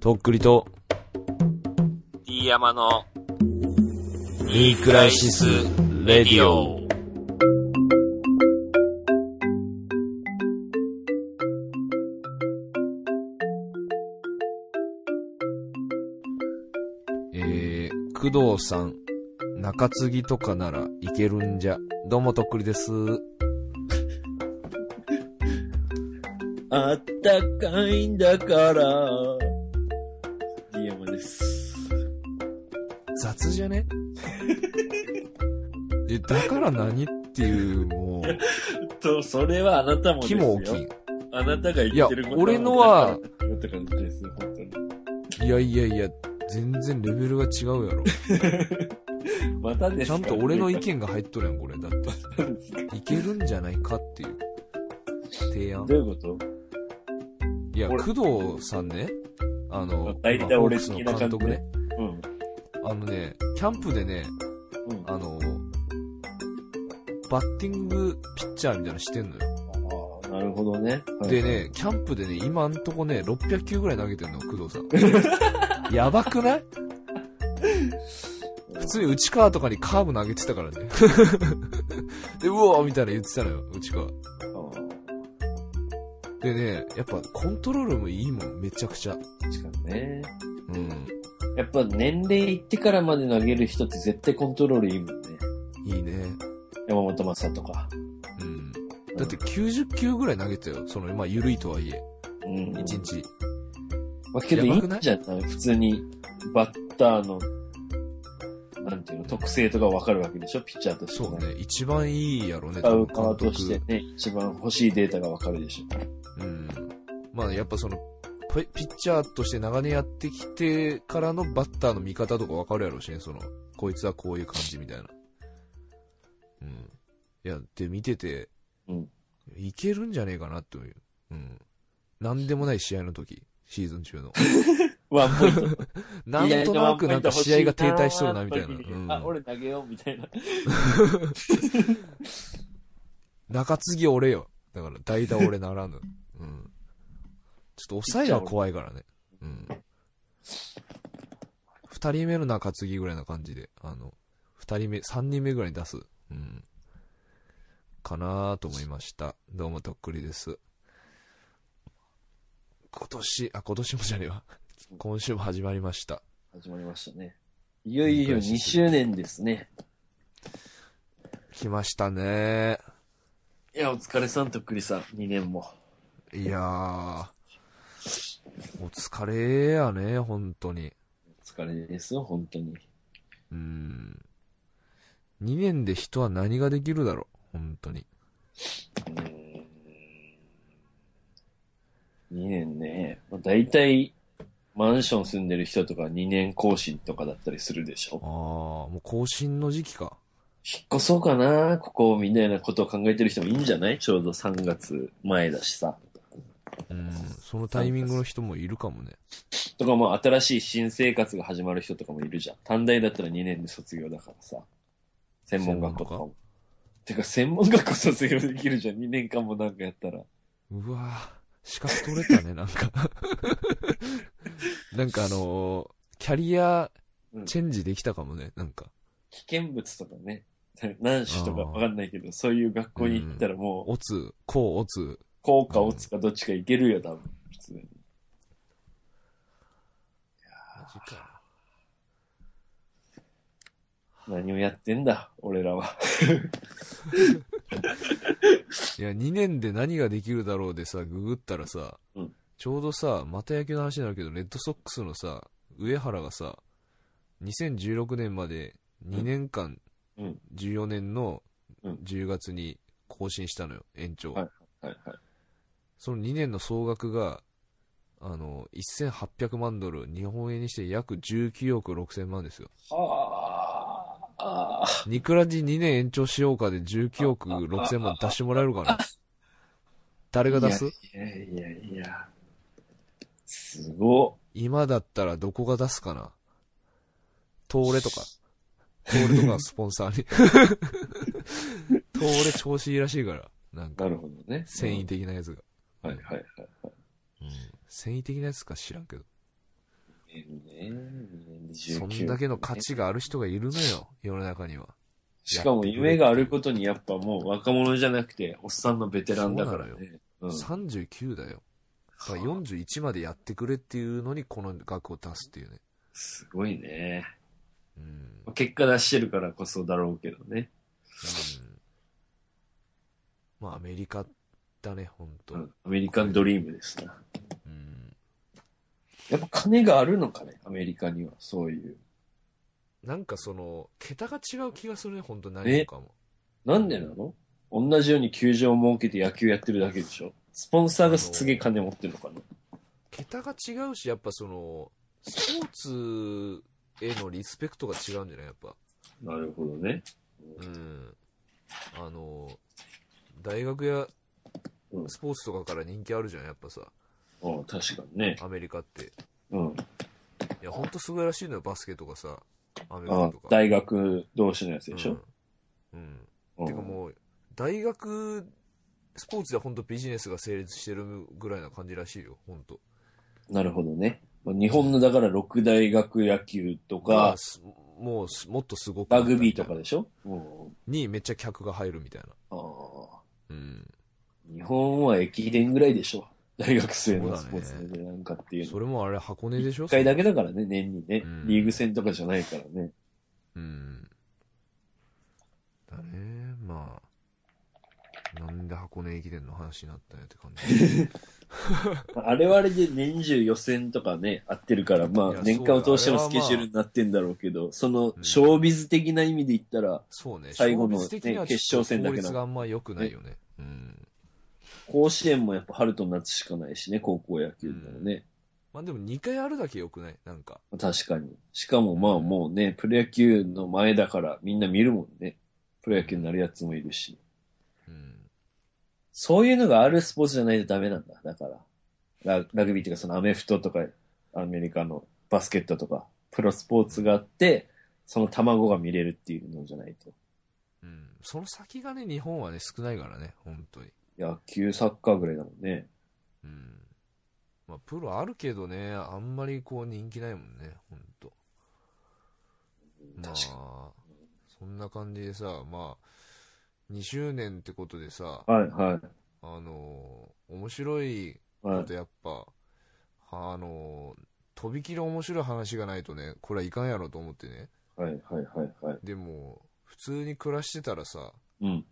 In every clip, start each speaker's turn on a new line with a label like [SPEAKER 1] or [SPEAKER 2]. [SPEAKER 1] とっくりと、
[SPEAKER 2] D 山の
[SPEAKER 1] ニークライシス・レディオ。えー、工藤さん、中継ぎとかならいけるんじゃ。どうもとっくりです。
[SPEAKER 3] あったかいんだから。D 山です。
[SPEAKER 1] 雑じゃね え、だから何っていう、もう、
[SPEAKER 3] と、それはあなたもです
[SPEAKER 1] 気
[SPEAKER 3] よ。
[SPEAKER 1] も大きい。
[SPEAKER 3] あなたが言ってること
[SPEAKER 1] いや俺のは
[SPEAKER 3] あなたが言ってることです、本当
[SPEAKER 1] いやいやいや、全然レベルが違う やろ。
[SPEAKER 3] に。またです
[SPEAKER 1] ちゃんと俺の意見が入っとるやん、これ。だって、
[SPEAKER 3] 見ですか
[SPEAKER 1] いけるんじゃないかっていう提案
[SPEAKER 3] ど。ういうこと
[SPEAKER 1] いや、
[SPEAKER 3] 俺
[SPEAKER 1] 工藤さんね、あの、
[SPEAKER 3] 大体
[SPEAKER 1] まあ
[SPEAKER 3] 俺
[SPEAKER 1] ホークス
[SPEAKER 3] 好きな
[SPEAKER 1] の監
[SPEAKER 3] 感じ
[SPEAKER 1] 督ね
[SPEAKER 3] ね。。うん。
[SPEAKER 1] あのね、キャンプでね、
[SPEAKER 3] うん。あ
[SPEAKER 1] あの、バッティングピッチャーみたいなのしてんのよ。
[SPEAKER 3] あ、なるほどね。はい
[SPEAKER 1] で。ね、キャンプでね、今んとこね、600球ぐらい投げてんの、工藤さ ん。やばくない普通に内川とかにカーブ投げてたからね。 で、うおーみたいな言ってたのよ、内川。
[SPEAKER 3] ああ
[SPEAKER 1] でね、やっぱコントロールもいいもん、めちゃくちゃ。
[SPEAKER 3] 確かにね。
[SPEAKER 1] うん。
[SPEAKER 3] やっぱ年齢いってからまで投げる人って絶対コントロールいいもんね。
[SPEAKER 1] いいね。
[SPEAKER 3] 山本昌とか。
[SPEAKER 1] うん。だって90球ぐらい投げてたよ。その、まあ、緩いとはいえ、
[SPEAKER 3] うん。
[SPEAKER 1] 1日。
[SPEAKER 3] まあ、けどい
[SPEAKER 1] や
[SPEAKER 3] い
[SPEAKER 1] ばくない
[SPEAKER 3] んじゃない普通に、バッターの、なんていうの、特性とかわかるわけでしょピッチャーとし
[SPEAKER 1] そ
[SPEAKER 3] ても。
[SPEAKER 1] うね、一番いいやろね、
[SPEAKER 3] 使
[SPEAKER 1] 多
[SPEAKER 3] う
[SPEAKER 1] 分
[SPEAKER 3] 側
[SPEAKER 1] 監
[SPEAKER 3] として
[SPEAKER 1] 督。
[SPEAKER 3] ね、一番欲しいデータがわかるでしょ。
[SPEAKER 1] うん。まあ、やっぱその、ピピッチャーとして長年やってきてからのバッターの見方とかわかるやろうしね、その、こいつはこういう感じみたいな。うん。いや、で、見てて、
[SPEAKER 3] うん
[SPEAKER 1] いけるんじゃねえかなという。うん。なんでもない試合の時、シーズン中 の。
[SPEAKER 3] ワンポ イント。
[SPEAKER 1] なんとなくなんか試合が停滞しとるなみたいな。うん
[SPEAKER 3] あ、俺投げようみたいな。
[SPEAKER 1] 中継ぎ俺よ。だから代打俺ならぬ。うん。ちょっと抑えは怖いからね。うん。二人目の中継ぎぐらいな感じで、あの、二人目、三人目ぐらいに出す。うん。かなーと思いました。どうもとっくりです。今年、あ、今年もじゃねえわ。今週も始まりました。
[SPEAKER 3] 始まりましたね。いよいよ2周年ですね。
[SPEAKER 1] 来ましたね
[SPEAKER 3] いや、お疲れさんとっくりさん、2年も。
[SPEAKER 1] いやー。お疲れやね、本当に。
[SPEAKER 3] お疲れですよ、本当に。
[SPEAKER 1] うーん。2年で人は何ができるだろう本当に。
[SPEAKER 3] 2年ね。まあ、大体、マンション住んでる人とか2年更新とかだったりするでし
[SPEAKER 1] ああ、
[SPEAKER 3] ょ
[SPEAKER 1] もう更新の時期か。
[SPEAKER 3] 引っ越そうかな、ここ、みたいなことを考えてる人もいいんじゃないちょうど3月前だしさ。
[SPEAKER 1] うん。そのタイミングの人もいるかもね。
[SPEAKER 3] とか、まあ、新しい新生活が始まる人とかもいるじゃん。短大だったら2年で卒業だからさ。専門学校とか
[SPEAKER 1] 専
[SPEAKER 3] も。てか、専門学校卒業できるじゃん。2年間もなんかやったら。
[SPEAKER 1] うわぁ、資格取れたね、なんか。 なんかあのーキャリアチェンジできたかもね、なんか。
[SPEAKER 3] 危険物とかね。 何種とかわかんないけど、そういう学校に行ったらもう、
[SPEAKER 1] オツ、こうオツ。
[SPEAKER 3] 効果を打つかどっちかいけるよ、多分。普通に。何をやってんだ、俺らは。
[SPEAKER 1] いや、2年で何ができるだろうでさ、ググったらさ、
[SPEAKER 3] うん
[SPEAKER 1] ちょうどさ、また野球の話になるけど、レッドソックスのさ、上原がさ、2016年まで2年間、
[SPEAKER 3] うん
[SPEAKER 1] 14年の
[SPEAKER 3] うん
[SPEAKER 1] 10月に更新したのよ、延長。
[SPEAKER 3] はいはいはい。
[SPEAKER 1] その2年の総額が、あの、1800万ドル、日本円にして約19億6000万ですよ。
[SPEAKER 3] あーあー。
[SPEAKER 1] ニクラジ2年延長しようかで19億6000万出してもらえるか な誰が出す
[SPEAKER 3] いやいやいや。すご
[SPEAKER 1] 今だったらどこが出すかな東レと か。東レとかスポンサーに。東レ調子いいらしいから。なん
[SPEAKER 3] っ。
[SPEAKER 1] か、
[SPEAKER 3] なるほどね。
[SPEAKER 1] 繊維的なやつが。
[SPEAKER 3] うん。はいはいはい。
[SPEAKER 1] うん繊維的なやつか知らんけど。
[SPEAKER 3] ね。
[SPEAKER 1] そん
[SPEAKER 3] 19
[SPEAKER 1] だけの価値がある人がいるのよ、世の中には。
[SPEAKER 3] しかも夢があることにやっぱもう若者じゃなくて、おっさんのベテランだから
[SPEAKER 1] そうな
[SPEAKER 3] ね。うん
[SPEAKER 1] 39だよ。だから41までやってくれっていうのに、この額を足すっていうね。
[SPEAKER 3] すごいね。
[SPEAKER 1] うん。うん
[SPEAKER 3] 結果出してるからこそだろうけどね。
[SPEAKER 1] まあ、アメリカだね、ほんと。
[SPEAKER 3] う
[SPEAKER 1] うん
[SPEAKER 3] アメリカンドリームです
[SPEAKER 1] ん。
[SPEAKER 3] な。やっぱ金があるのかね、アメリカには。そういう。
[SPEAKER 1] なんかその、桁が違う気がするね、ほんと何もかも。
[SPEAKER 3] なんでなの同じように球場を設けて野球やってるだけでしょスポンサーがすげえ金持ってるのかな
[SPEAKER 1] 桁が違うし、やっぱその、スポーツへのリスペクトが違うんじゃないやっぱ。
[SPEAKER 3] なるほどね。
[SPEAKER 1] うん。あの、大学や
[SPEAKER 3] うん
[SPEAKER 1] スポーツとかから人気あるじゃん、やっぱさ、
[SPEAKER 3] うん、確かにね。
[SPEAKER 1] アメリカって。
[SPEAKER 3] うん。
[SPEAKER 1] いや、ほんとすごいらしいのよ、バスケとかさ、アメリ
[SPEAKER 3] あ
[SPEAKER 1] カとか。
[SPEAKER 3] 大学同士のやつでしょ、
[SPEAKER 1] うん。うん。
[SPEAKER 3] うん
[SPEAKER 1] てかもう、大学、スポーツではほんとビジネスが成立してるぐらいな感じらしいよ、ほんと。
[SPEAKER 3] なるほどね。まあ日本のだから六大学野球と
[SPEAKER 1] ま
[SPEAKER 3] か
[SPEAKER 1] あ、すもうす、もっとすごくな
[SPEAKER 3] ラ
[SPEAKER 1] ったみたいな。
[SPEAKER 3] グビーとかでしょ、うん、
[SPEAKER 1] にめっちゃ客が入るみたいな。
[SPEAKER 3] あ
[SPEAKER 1] うん。
[SPEAKER 3] ー日本は駅伝ぐらいでしょ大学生
[SPEAKER 1] そう
[SPEAKER 3] の
[SPEAKER 1] だね
[SPEAKER 3] スポーツでなんかっていう
[SPEAKER 1] そ
[SPEAKER 3] の。
[SPEAKER 1] れもあれ、箱根でしょ
[SPEAKER 3] 一回だけだからね、年にね、
[SPEAKER 1] うん
[SPEAKER 3] リーグ戦とかじゃないからね。
[SPEAKER 1] うん。だね、まあ。なんで箱根駅伝の話になったんやって感じ。
[SPEAKER 3] あれはあれで年中予選とかね、合ってるから、ま
[SPEAKER 1] いや
[SPEAKER 3] あ年間を通しての
[SPEAKER 1] そう
[SPEAKER 3] ス
[SPEAKER 1] だね
[SPEAKER 3] ケジュールになってんだろうけど、その
[SPEAKER 1] うん
[SPEAKER 3] ショービズ的な意味で言ったら、
[SPEAKER 1] そうね、
[SPEAKER 3] 最後の
[SPEAKER 1] 勝率的には
[SPEAKER 3] ね決勝戦だけ
[SPEAKER 1] ちょっと効
[SPEAKER 3] な
[SPEAKER 1] 率があんま良くないよね。うん。
[SPEAKER 3] 甲子園もやっぱ春と夏しかないしね、高校野球だらね。
[SPEAKER 1] まあでも2回あるだけ良くないなんか。
[SPEAKER 3] 確かに。しかもまあもうね、プロ野球の前だからみんな見るもんね。プロ野球になるやつもいるし。
[SPEAKER 1] うん。
[SPEAKER 3] そういうのがあるスポーツじゃないとダメなんだ。だから。ララグビーっていうかそのアメフトとか、アメリカのバスケットとか、プロスポーツがあって、その卵が見れるっていうのじゃないと。
[SPEAKER 1] うん。その先がね、日本はね、少ないからね、本当に。
[SPEAKER 3] 野球、サッカーぐらいだもんね。
[SPEAKER 1] うん。まあ、プロあるけどね、あんまりこう人気ないもんね、ほんと。まあ
[SPEAKER 3] 確か、
[SPEAKER 1] そんな感じでさ、まあ、2周年ってことでさ、
[SPEAKER 3] に。はい、はい。
[SPEAKER 1] あのー面白い
[SPEAKER 3] は
[SPEAKER 1] こ
[SPEAKER 3] い
[SPEAKER 1] とやっぱ、あのーとびきり面白い話がないとね、これはいかんやろと思ってね。
[SPEAKER 3] はい、はい、はい、はい。
[SPEAKER 1] でも、普通に暮らしてたらさ、
[SPEAKER 3] うん。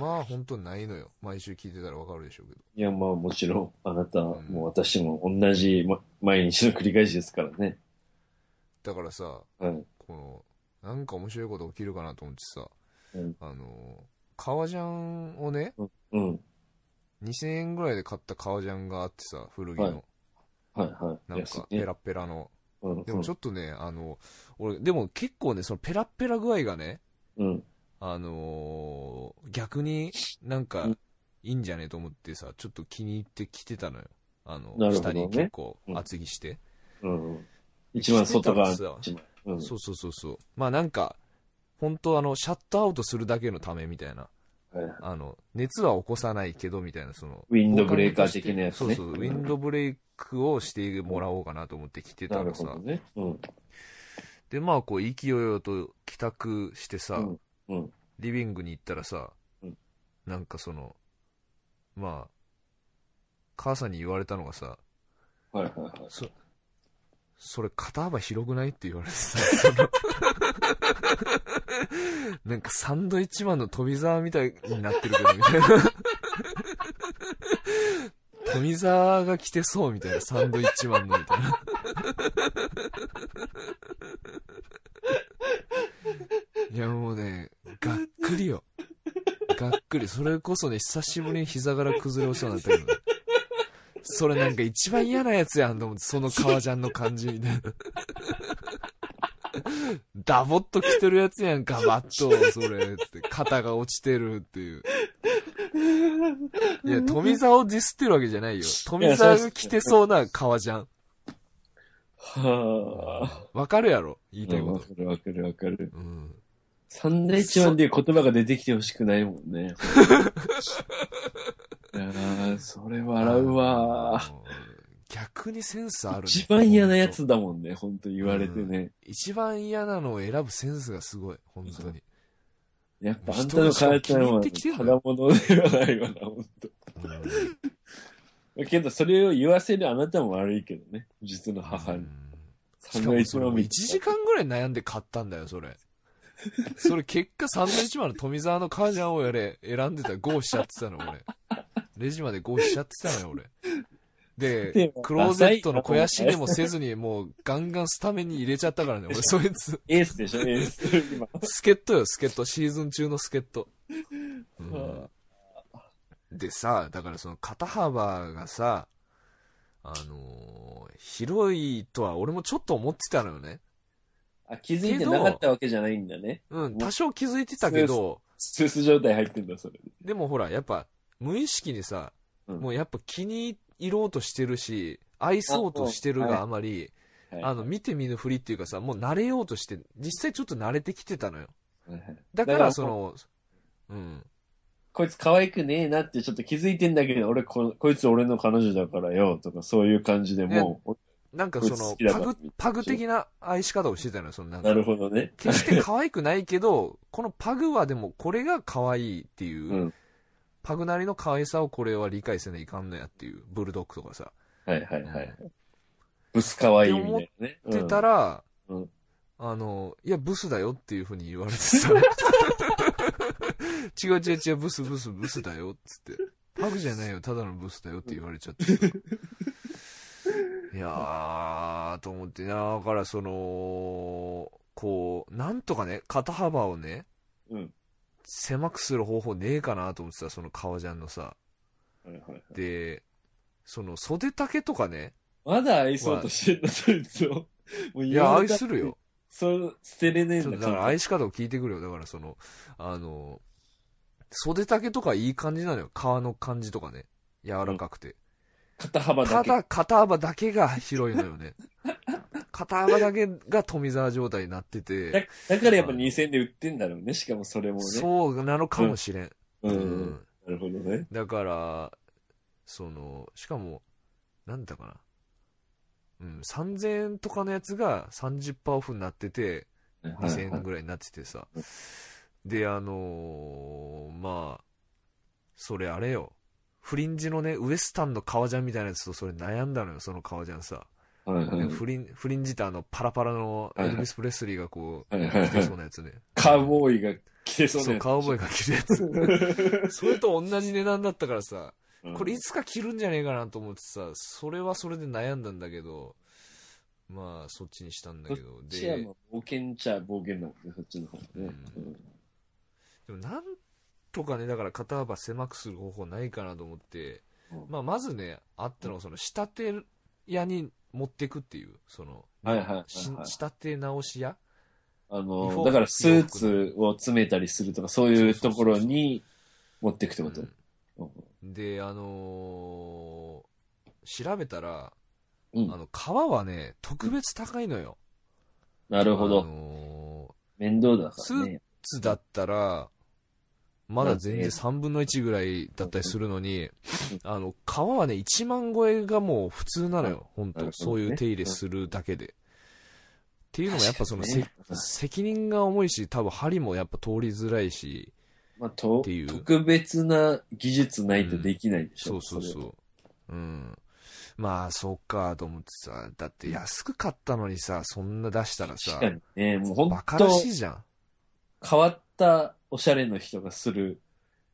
[SPEAKER 1] まあ本当ないのよ。毎週聞いてたらわかるでしょうけど。
[SPEAKER 3] いや、まあもちろん、あなたも私も同じ、ま、毎日の繰り返しですからね。
[SPEAKER 1] だからさ、
[SPEAKER 3] はい。
[SPEAKER 1] この、なんか面白いこと起きるかなと思ってさ、
[SPEAKER 3] うん
[SPEAKER 1] あのー革ジャンをね、
[SPEAKER 3] うん。
[SPEAKER 1] 2000円ぐらいで買った革ジャンがあってさ、古着の。
[SPEAKER 3] はいはいはい。
[SPEAKER 1] なん
[SPEAKER 3] 安い
[SPEAKER 1] か、ペラッペラの。
[SPEAKER 3] うん、
[SPEAKER 1] でもちょっとね、あの、俺、でも結構ね、そのペラッペラ具合がね、
[SPEAKER 3] うん。
[SPEAKER 1] あのー逆になんか
[SPEAKER 3] うん
[SPEAKER 1] いいんじゃねえと思ってさ、ちょっと気に入って着てたのよ。あの、
[SPEAKER 3] なるほど
[SPEAKER 1] 下
[SPEAKER 3] ね
[SPEAKER 1] に結構
[SPEAKER 3] うん
[SPEAKER 1] 厚着して。
[SPEAKER 3] うん。うん。一番外側
[SPEAKER 1] してたんです
[SPEAKER 3] 一番。うん。
[SPEAKER 1] そうそうそうそう。まあなんか、本当あの、シャットアウトするだけのためみたいな。
[SPEAKER 3] はいはい
[SPEAKER 1] あの、熱は起こさないけどみたいな、その。
[SPEAKER 3] ウィンドブレーカー的なやつね
[SPEAKER 1] そうそう、ウィンドブレイクをしてもらおうかなと思って着てた
[SPEAKER 3] なる
[SPEAKER 1] のさ
[SPEAKER 3] ほど。ね。うん。
[SPEAKER 1] で、まあこう、勢いよと帰宅してさ、
[SPEAKER 3] うんうん。
[SPEAKER 1] リビングに行ったらさ、
[SPEAKER 3] うん
[SPEAKER 1] なんかその、まあ、母さんに言われたのがさ、
[SPEAKER 3] はいはいはい。
[SPEAKER 1] そ、それ肩幅広くないって言われてさ、その なんかサンドイッチマンの富澤みたいになってるけど、みたいな。 富澤が着てそうみたいな、サンドイッチマンのみたいな。いやもうね、がっくりよ。がっくり。それこそね、久しぶりに膝から崩れ落ちそうになったけどね。それなんか一番嫌なやつやんと思って、その革ジャンの感じみたいな。ダボっと着てるやつやんか、バッと、それ、つって、肩が落ちてるっていう。いや、富澤をディスってるわけじゃないよ。富澤が着てそうな革ジャン。
[SPEAKER 3] はあ。
[SPEAKER 1] わかるやろ言いたい
[SPEAKER 3] うんわ
[SPEAKER 1] こ
[SPEAKER 3] かるわかるわかる。
[SPEAKER 1] と。うん。
[SPEAKER 3] サンドイッチマンでいう言葉が出てきてほしくないもん ね。いやーそれ笑うわー。
[SPEAKER 1] あの。逆にセンスあるね
[SPEAKER 3] 一番嫌なやつだもんね、本当言われてね。
[SPEAKER 1] 一番嫌なのを選ぶセンスがすごい、本当に。
[SPEAKER 3] やっぱあんたの変えたのは、ただものではないわな、本当けど、それを言わせるあなたも悪いけどね、実の母
[SPEAKER 1] う
[SPEAKER 3] に。
[SPEAKER 1] ん
[SPEAKER 3] サ
[SPEAKER 1] し
[SPEAKER 3] ン
[SPEAKER 1] か
[SPEAKER 3] ドイ
[SPEAKER 1] も
[SPEAKER 3] ッチ
[SPEAKER 1] そ
[SPEAKER 3] マ
[SPEAKER 1] れ
[SPEAKER 3] ン
[SPEAKER 1] も
[SPEAKER 3] 見
[SPEAKER 1] 1
[SPEAKER 3] て
[SPEAKER 1] 時間ぐらい悩んで買ったんだよ、それ。それ結果サンドイッチマンの富澤の母ちゃんをやれ、選んでたら5しちゃってたの、俺。レジまで5しちゃってたのよ、俺。
[SPEAKER 3] で
[SPEAKER 1] で
[SPEAKER 3] も、
[SPEAKER 1] クローゼットの肥やしにもせずに、もうガンガンスタメンに入れちゃったからね、俺、そいつ。
[SPEAKER 3] エースでしょ、エース。今。
[SPEAKER 1] 助っ人よ、助っ人。シーズン中の助っ人。うんでさ、だからその肩幅がさ、あのー広いとは俺もちょっと思ってたのよね。
[SPEAKER 3] あ、気づいてなかったわけじゃないんだね。
[SPEAKER 1] うん、多少気づいてたけど、
[SPEAKER 3] スース状態入ってんだ、それ。
[SPEAKER 1] でもほら、やっぱ、無意識にさ、
[SPEAKER 3] うん
[SPEAKER 1] もうやっぱ気に入ろうとしてるし、愛そうとしてる
[SPEAKER 3] あはい
[SPEAKER 1] があまり、
[SPEAKER 3] はい
[SPEAKER 1] あの、見て見ぬふりっていうかさ、もう慣れようとして、実際ちょっと慣れてきてたのよ。
[SPEAKER 3] はいはい
[SPEAKER 1] だか
[SPEAKER 3] だから
[SPEAKER 1] らその、うん。
[SPEAKER 3] こいつ可愛くねえなってちょっと気づいてんだけど、俺こ、こいつ俺の彼女だからよ、とか、そういう感じでもう、
[SPEAKER 1] なんかそ
[SPEAKER 3] こいつ好
[SPEAKER 1] の
[SPEAKER 3] きだ、
[SPEAKER 1] パ
[SPEAKER 3] から
[SPEAKER 1] グ、パグ的な愛し方をしてたのよ、そのなん
[SPEAKER 3] な
[SPEAKER 1] か。
[SPEAKER 3] るほどね。
[SPEAKER 1] 決して可愛くないけど、このパグはでもこれが可愛いっていう、
[SPEAKER 3] うん
[SPEAKER 1] パグなりの可愛さをこれは理解せないかんのやっていう、ブルドッグとかさ、
[SPEAKER 3] はいはいはい。ブス可愛いみたいなね。
[SPEAKER 1] ってた
[SPEAKER 3] ら、
[SPEAKER 1] ら、
[SPEAKER 3] うん
[SPEAKER 1] あの、いや、ブスだよっていうふうに言われてさ、 違う違う違う、ブスブスブスだよっつって、パグじゃないよ、ただのブスだよって言われちゃってさ。いやー、と思って、だからその、こう、なんとかね、肩幅をね、
[SPEAKER 3] うん
[SPEAKER 1] 狭くする方法ねえかなと思ってた、その革ジャンのさ。
[SPEAKER 3] はいはい
[SPEAKER 1] で、その袖丈とかね、
[SPEAKER 3] まだ愛そうとしてんだ、そいつを。もう
[SPEAKER 1] い
[SPEAKER 3] い
[SPEAKER 1] や、愛するよ。。
[SPEAKER 3] そう、捨てれねえ
[SPEAKER 1] ちょ
[SPEAKER 3] ん
[SPEAKER 1] っ
[SPEAKER 3] だ
[SPEAKER 1] とだから愛し方を聞いてくれよ。だからその、あの、袖丈とかいい感じなのよ。皮の感じとかね。柔らかくて。
[SPEAKER 3] 肩幅だ
[SPEAKER 1] た
[SPEAKER 3] け。
[SPEAKER 1] だ、肩幅だけが広いのよ ね。肩幅だけが富澤状態になって
[SPEAKER 3] だ
[SPEAKER 1] て、
[SPEAKER 3] だからやっぱ2000で売ってんだろうね、しかもそれもね。
[SPEAKER 1] そうなのかもしれん。
[SPEAKER 3] うん。
[SPEAKER 1] うん
[SPEAKER 3] なるほどね。
[SPEAKER 1] だから、その、しかも、なんだかな。うん、3000円とかのやつが30%オフになってて、2000円ぐらいになっててさ
[SPEAKER 3] うん。
[SPEAKER 1] で、あのーまあ、それあれよ。フリンジのね、ウエスタンの革ジャンみたいなやつとそれ悩んだのよ、その革ジャンさ。
[SPEAKER 3] はいはい
[SPEAKER 1] で
[SPEAKER 3] はい
[SPEAKER 1] フリンフリンジってあの、パラパラのエルビス・プレスリーがこう、
[SPEAKER 3] はいはいはい
[SPEAKER 1] 着てそうなやつね。
[SPEAKER 3] カウボーイが着てそう
[SPEAKER 1] そう、カウボーイが着るやつ。 それと同じ値段だったからさ、
[SPEAKER 3] イ
[SPEAKER 1] これいつか着るんじゃねえかなと思ってさ、それはそれで悩んだんだけど、まあ、そっちにしたんだけど。
[SPEAKER 3] チア
[SPEAKER 1] で、
[SPEAKER 3] も冒険っちゃ冒険だもんね、そっちの方ね。
[SPEAKER 1] うんでもなんとかね、だから肩幅狭くする方法ないかなと思って、
[SPEAKER 3] うん
[SPEAKER 1] まあ、まずね、あったのは、その、仕立て屋に持ってくっていう、その、
[SPEAKER 3] はいはいはいはい
[SPEAKER 1] し仕立て直し屋
[SPEAKER 3] あ
[SPEAKER 1] リフォ
[SPEAKER 3] の、
[SPEAKER 1] ー
[SPEAKER 3] だからスーツを詰めたりするとか、そういうところに持っていくってこと。
[SPEAKER 1] うんで、あのー調べたら、
[SPEAKER 3] うん
[SPEAKER 1] あの、皮はね、特別高いのよ。
[SPEAKER 3] なるほ
[SPEAKER 1] あ
[SPEAKER 3] ど。
[SPEAKER 1] の
[SPEAKER 3] 面倒だか
[SPEAKER 1] ス
[SPEAKER 3] ら
[SPEAKER 1] ー
[SPEAKER 3] ね。
[SPEAKER 1] ツだったら、まだ全然3分の1ぐらいだったりするのに、あの、皮はね、1万超えがもう普通なのよ、本
[SPEAKER 3] な
[SPEAKER 1] 当
[SPEAKER 3] るほどね
[SPEAKER 1] そういう手入れするだけで。っていうのもやっぱその、
[SPEAKER 3] 確かにね
[SPEAKER 1] せ責任が重いし、多分針もやっぱ通りづらいし、
[SPEAKER 3] まあ、と
[SPEAKER 1] っていう
[SPEAKER 3] 特別な技術ないとできないでしょ。
[SPEAKER 1] そうそう
[SPEAKER 3] れは
[SPEAKER 1] そう。うん。まあ、そうか、と思ってさ、だって安く買ったのにさ、そんな出したらさ
[SPEAKER 3] 確、かにね、もう本
[SPEAKER 1] バカら
[SPEAKER 3] 当
[SPEAKER 1] しいじゃん。
[SPEAKER 3] 変わったおしゃれの人がする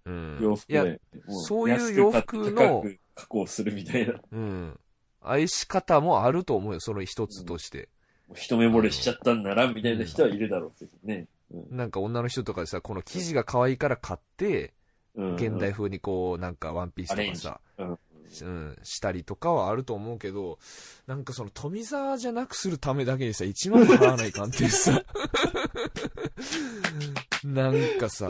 [SPEAKER 1] うん。
[SPEAKER 3] 洋服
[SPEAKER 1] いや
[SPEAKER 3] で、も
[SPEAKER 1] そういう洋服の
[SPEAKER 3] 安く買って高く加工するみたいな。も
[SPEAKER 1] うん。愛し方もあると思うよ、その一つとして。
[SPEAKER 3] う一目惚れしちゃったんなら、みたいな人はいるだろうけどね。
[SPEAKER 1] なんか女の人とかでさ、この生地が可愛いから買って、
[SPEAKER 3] うん
[SPEAKER 1] 現代風にこう、なんかワンピースとかさ、
[SPEAKER 3] うん
[SPEAKER 1] うん、したりとかはあると思うけど、なんかその富澤じゃなくするためだけにさ、1万払わないかんっていう さ、なんかさ、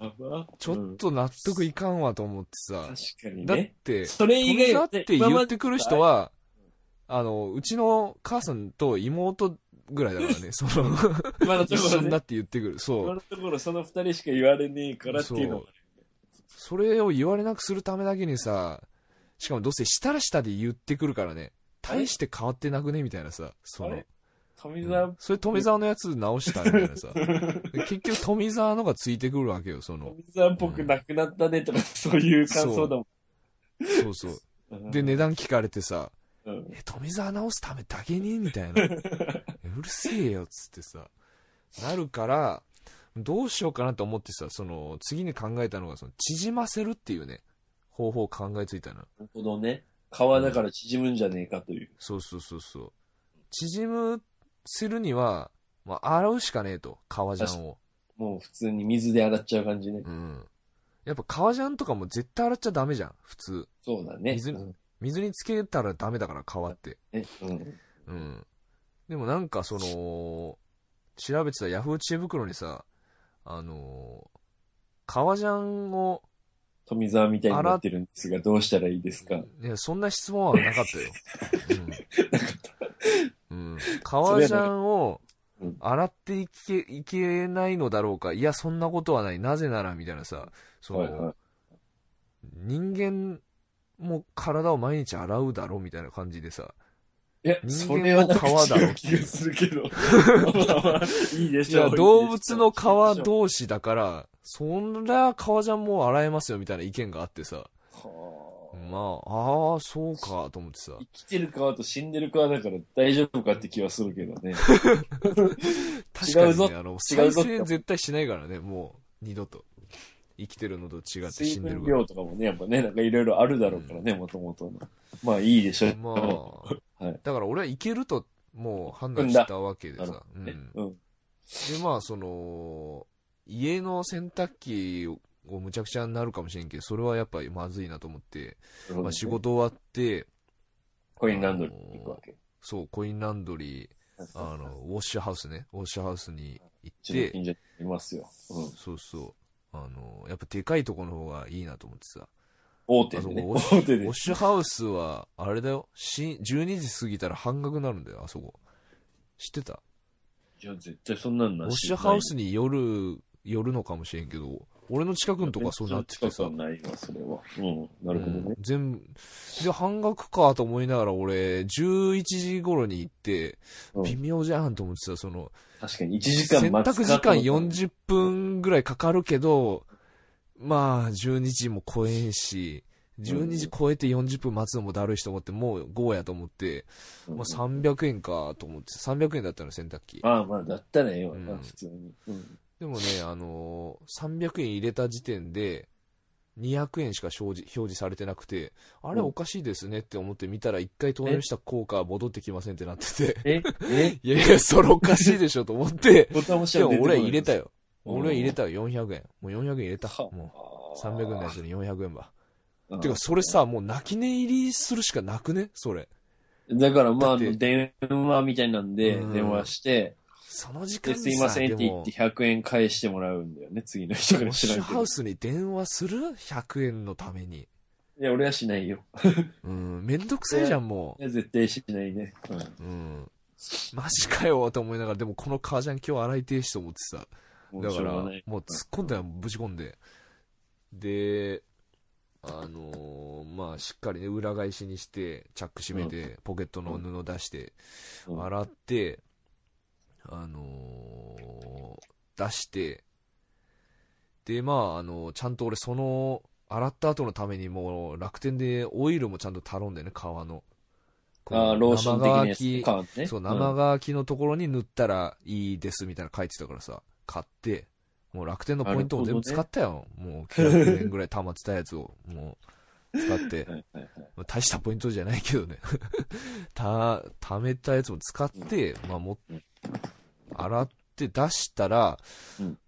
[SPEAKER 3] やば
[SPEAKER 1] ちょっと納得いかんわと思ってさ
[SPEAKER 3] 確、かに
[SPEAKER 1] だっ
[SPEAKER 3] ね。
[SPEAKER 1] て、
[SPEAKER 3] それ以
[SPEAKER 1] 富
[SPEAKER 3] 外
[SPEAKER 1] 澤
[SPEAKER 3] は
[SPEAKER 1] って言ってくる人は、あの、うちの母さんと妹ぐらいだから ね、その、
[SPEAKER 3] 今のと
[SPEAKER 1] 一
[SPEAKER 3] こ
[SPEAKER 1] 緒
[SPEAKER 3] ろ
[SPEAKER 1] に
[SPEAKER 3] ね
[SPEAKER 1] なって言ってくる。そ
[SPEAKER 3] 今
[SPEAKER 1] う。
[SPEAKER 3] のところその二人しか言われねえからっていうのも
[SPEAKER 1] それを言われなくするためだけにさ、しかもどうせ下ら下で言ってくるからね、大して変わってなくねみたいなさ、そ
[SPEAKER 3] あ
[SPEAKER 1] の
[SPEAKER 3] れ、富澤、
[SPEAKER 1] それ富澤のやつ直したみたいな さ、結局富澤のがついてくるわけよ、その、
[SPEAKER 3] 富澤っぽくなくなったねとか、そういう感想だも
[SPEAKER 1] そうそう。
[SPEAKER 3] ん。
[SPEAKER 1] で、値段聞かれてさ、
[SPEAKER 3] うん。
[SPEAKER 1] え、富澤直すためだけにみたい な。えうるせえよ、っつってさ。なるから、どうしようかなと思ってさ、その、次に考えたのが、その、縮ませるっていうね、方法を考えついたな。
[SPEAKER 3] なるほどね。皮だから縮むんじゃねえかという。
[SPEAKER 1] そうそうそうそう。縮む、するには、まあ、洗うしかねえと、革ジャンを。
[SPEAKER 3] もう普通に水で洗っちゃう感じね。
[SPEAKER 1] うん。やっぱ革ジャンとかも絶対洗っちゃダメじゃん、普通。
[SPEAKER 3] そうだね。
[SPEAKER 1] 水
[SPEAKER 3] うん
[SPEAKER 1] 水につけたらダメだから、革って。
[SPEAKER 3] ね。うん。
[SPEAKER 1] うん。でもなんかその、調べてたヤフー知恵袋にさ、あのー、革ジャンを、
[SPEAKER 3] 富澤みたいになってるんですが、どうしたらいいですか
[SPEAKER 1] いや、そんな質問はなか ったよ。うん。うん、革ジャンを
[SPEAKER 3] うん
[SPEAKER 1] 洗っていけいけないのだろうか。いや、そんなことはない。なぜなら、みたいなさ、その、
[SPEAKER 3] はいはい。
[SPEAKER 1] 人間も体を毎日洗うだろうみたいな感じでさ、
[SPEAKER 3] いや、
[SPEAKER 1] 人
[SPEAKER 3] そ
[SPEAKER 1] 間
[SPEAKER 3] れは
[SPEAKER 1] の
[SPEAKER 3] なんか
[SPEAKER 1] 皮だろ
[SPEAKER 3] 違う気がするけど。 いいで
[SPEAKER 1] い
[SPEAKER 3] しょ
[SPEAKER 1] や、
[SPEAKER 3] う。
[SPEAKER 1] 動物の
[SPEAKER 3] いい
[SPEAKER 1] 皮
[SPEAKER 3] でしょ
[SPEAKER 1] 同士だから、そんな革じゃもう洗えますよみたいな意見があってさ。
[SPEAKER 3] うはあ
[SPEAKER 1] まあ、ああ、そうかと思ってさ。
[SPEAKER 3] 生きてる皮と死んでる皮だから大丈夫かって気はするけどね。
[SPEAKER 1] 確かに、ね、
[SPEAKER 3] 違うぞ
[SPEAKER 1] あの、
[SPEAKER 3] 違
[SPEAKER 1] 再
[SPEAKER 3] うぞ
[SPEAKER 1] 生絶対しないからね、もう、二度と。生きてるのと違って
[SPEAKER 3] 水
[SPEAKER 1] 死んでる
[SPEAKER 3] 分
[SPEAKER 1] から。
[SPEAKER 3] 量とかもね、やっぱね、なんかいろいろあるだろうからね、もともとの。まあいいでしょう。
[SPEAKER 1] まあ、
[SPEAKER 3] はい
[SPEAKER 1] だから俺はいけると、もう判断したわけで
[SPEAKER 3] なる
[SPEAKER 1] さ。う
[SPEAKER 3] ね
[SPEAKER 1] ん。
[SPEAKER 3] うん。
[SPEAKER 1] で、まあ、その、家の洗濯機をむちゃくちゃになるかもしれんけど、それはやっぱりまずいなと思って、まあ仕事終わって、
[SPEAKER 3] コインランドリーに行くわけ。
[SPEAKER 1] そう、コインランドリー、
[SPEAKER 3] あ
[SPEAKER 1] あの、ウォッシュハウスね、ウォッシュハウスに行っ
[SPEAKER 3] うちの
[SPEAKER 1] て、
[SPEAKER 3] 近所にいますよ。うん。
[SPEAKER 1] そうそう、あの、やっぱでかいとこの方がいいなと思ってさ、
[SPEAKER 3] 大手でね。
[SPEAKER 1] あそこ
[SPEAKER 3] 大手
[SPEAKER 1] ウ
[SPEAKER 3] で
[SPEAKER 1] ォッ。シュハウスは、あれだよ、し12時過ぎたら半額になるんだよ、あそこ。知ってた
[SPEAKER 3] いや、絶対そんなん
[SPEAKER 1] ウ
[SPEAKER 3] な
[SPEAKER 1] ォ
[SPEAKER 3] し
[SPEAKER 1] ッシュハウスに寄る、寄るのかもしれんけど、俺の近くのとこはそうなっててさ、
[SPEAKER 3] そんないわ、それは。うん。なるほどね。
[SPEAKER 1] うん全部、で、半額かと思いながら俺、11時頃に行って、
[SPEAKER 3] うん
[SPEAKER 1] 微妙じゃんと思ってた、その、
[SPEAKER 3] 確かに1時間待
[SPEAKER 1] 洗
[SPEAKER 3] つ
[SPEAKER 1] 濯時間40分ぐらいかかるけど、まあ、12時も超えんし、12時超えて40分待つのもだるいしと思って、もう5やと思って、まあ
[SPEAKER 3] 三
[SPEAKER 1] 300円かと思って、300円だったの洗濯機。
[SPEAKER 3] まあまあ、だったらええわな、
[SPEAKER 1] うん
[SPEAKER 3] 普通に。うん。
[SPEAKER 1] でもね、あのー300円入れた時点で、200円しか表示表示されてなくて、あれ
[SPEAKER 3] うん
[SPEAKER 1] おかしいですねって思って見たら、一回投入した効果は戻ってきませんってなってて、
[SPEAKER 3] ええ
[SPEAKER 1] いやいや、それおかしいでしょと思 って、
[SPEAKER 3] ボタン押した
[SPEAKER 1] で
[SPEAKER 3] ら
[SPEAKER 1] も
[SPEAKER 3] 出てこ
[SPEAKER 1] 俺は
[SPEAKER 3] な
[SPEAKER 1] い入れた。よ。
[SPEAKER 3] うん
[SPEAKER 1] 俺は入れたよ、400円。もう400円入れた。
[SPEAKER 3] は
[SPEAKER 1] もう、300円のやつに400円ば。
[SPEAKER 3] うん
[SPEAKER 1] てか、それさ、もう泣き寝入りするしかなくねそれ。
[SPEAKER 3] だからまあ、あ
[SPEAKER 1] だっ
[SPEAKER 3] の
[SPEAKER 1] て
[SPEAKER 3] 電話みたいなんで、
[SPEAKER 1] うん
[SPEAKER 3] 電話して、
[SPEAKER 1] その時間に
[SPEAKER 3] で、
[SPEAKER 1] さ
[SPEAKER 3] すいませんって
[SPEAKER 1] で
[SPEAKER 3] 言っ
[SPEAKER 1] も
[SPEAKER 3] て100円返してもらうんだよね、次の人
[SPEAKER 1] ウォ
[SPEAKER 3] が
[SPEAKER 1] ッシ
[SPEAKER 3] 知ら
[SPEAKER 1] ュ
[SPEAKER 3] んけ
[SPEAKER 1] ハ
[SPEAKER 3] ど。
[SPEAKER 1] ウ
[SPEAKER 3] い
[SPEAKER 1] スに電話する ?100 円のために。
[SPEAKER 3] や、俺はしないよ。
[SPEAKER 1] うん、めんどくさいじゃん、も
[SPEAKER 3] いや、絶対しないね。うん。
[SPEAKER 1] う。うん。マジかよ、と思いながら、でもこの革ジャン今日洗いてえしと思ってさ。
[SPEAKER 3] も
[SPEAKER 1] だ
[SPEAKER 3] う
[SPEAKER 1] か
[SPEAKER 3] しょ
[SPEAKER 1] ら、
[SPEAKER 3] う
[SPEAKER 1] も
[SPEAKER 3] が
[SPEAKER 1] う
[SPEAKER 3] ない。
[SPEAKER 1] 突っ込んだよ、ぶち込んで。で、あのーまあ、しっかりね、裏返しにして、チャック閉めて、ポケットの布出して、
[SPEAKER 3] うん
[SPEAKER 1] 洗って、あのー出して、で、まあ、あのちゃんと俺、その、洗った後のためにもう、楽天でオイルもちゃんと頼んでね、革の。
[SPEAKER 3] ああ、ローション的なやつ
[SPEAKER 1] 生乾き
[SPEAKER 3] かね。
[SPEAKER 1] そう、
[SPEAKER 3] ん
[SPEAKER 1] 生乾きのところに塗ったらいいですみたいなの書いてたからさ、買って、もう楽天のポイントも全部使ったよ。もう900円ぐらい溜まってたやつを、もう、使って。
[SPEAKER 3] はいはいはい。
[SPEAKER 1] まあ大したポイントじゃないけどね。 た、溜めたやつも使って、まあも
[SPEAKER 3] うん、
[SPEAKER 1] 洗って出したら
[SPEAKER 3] うん、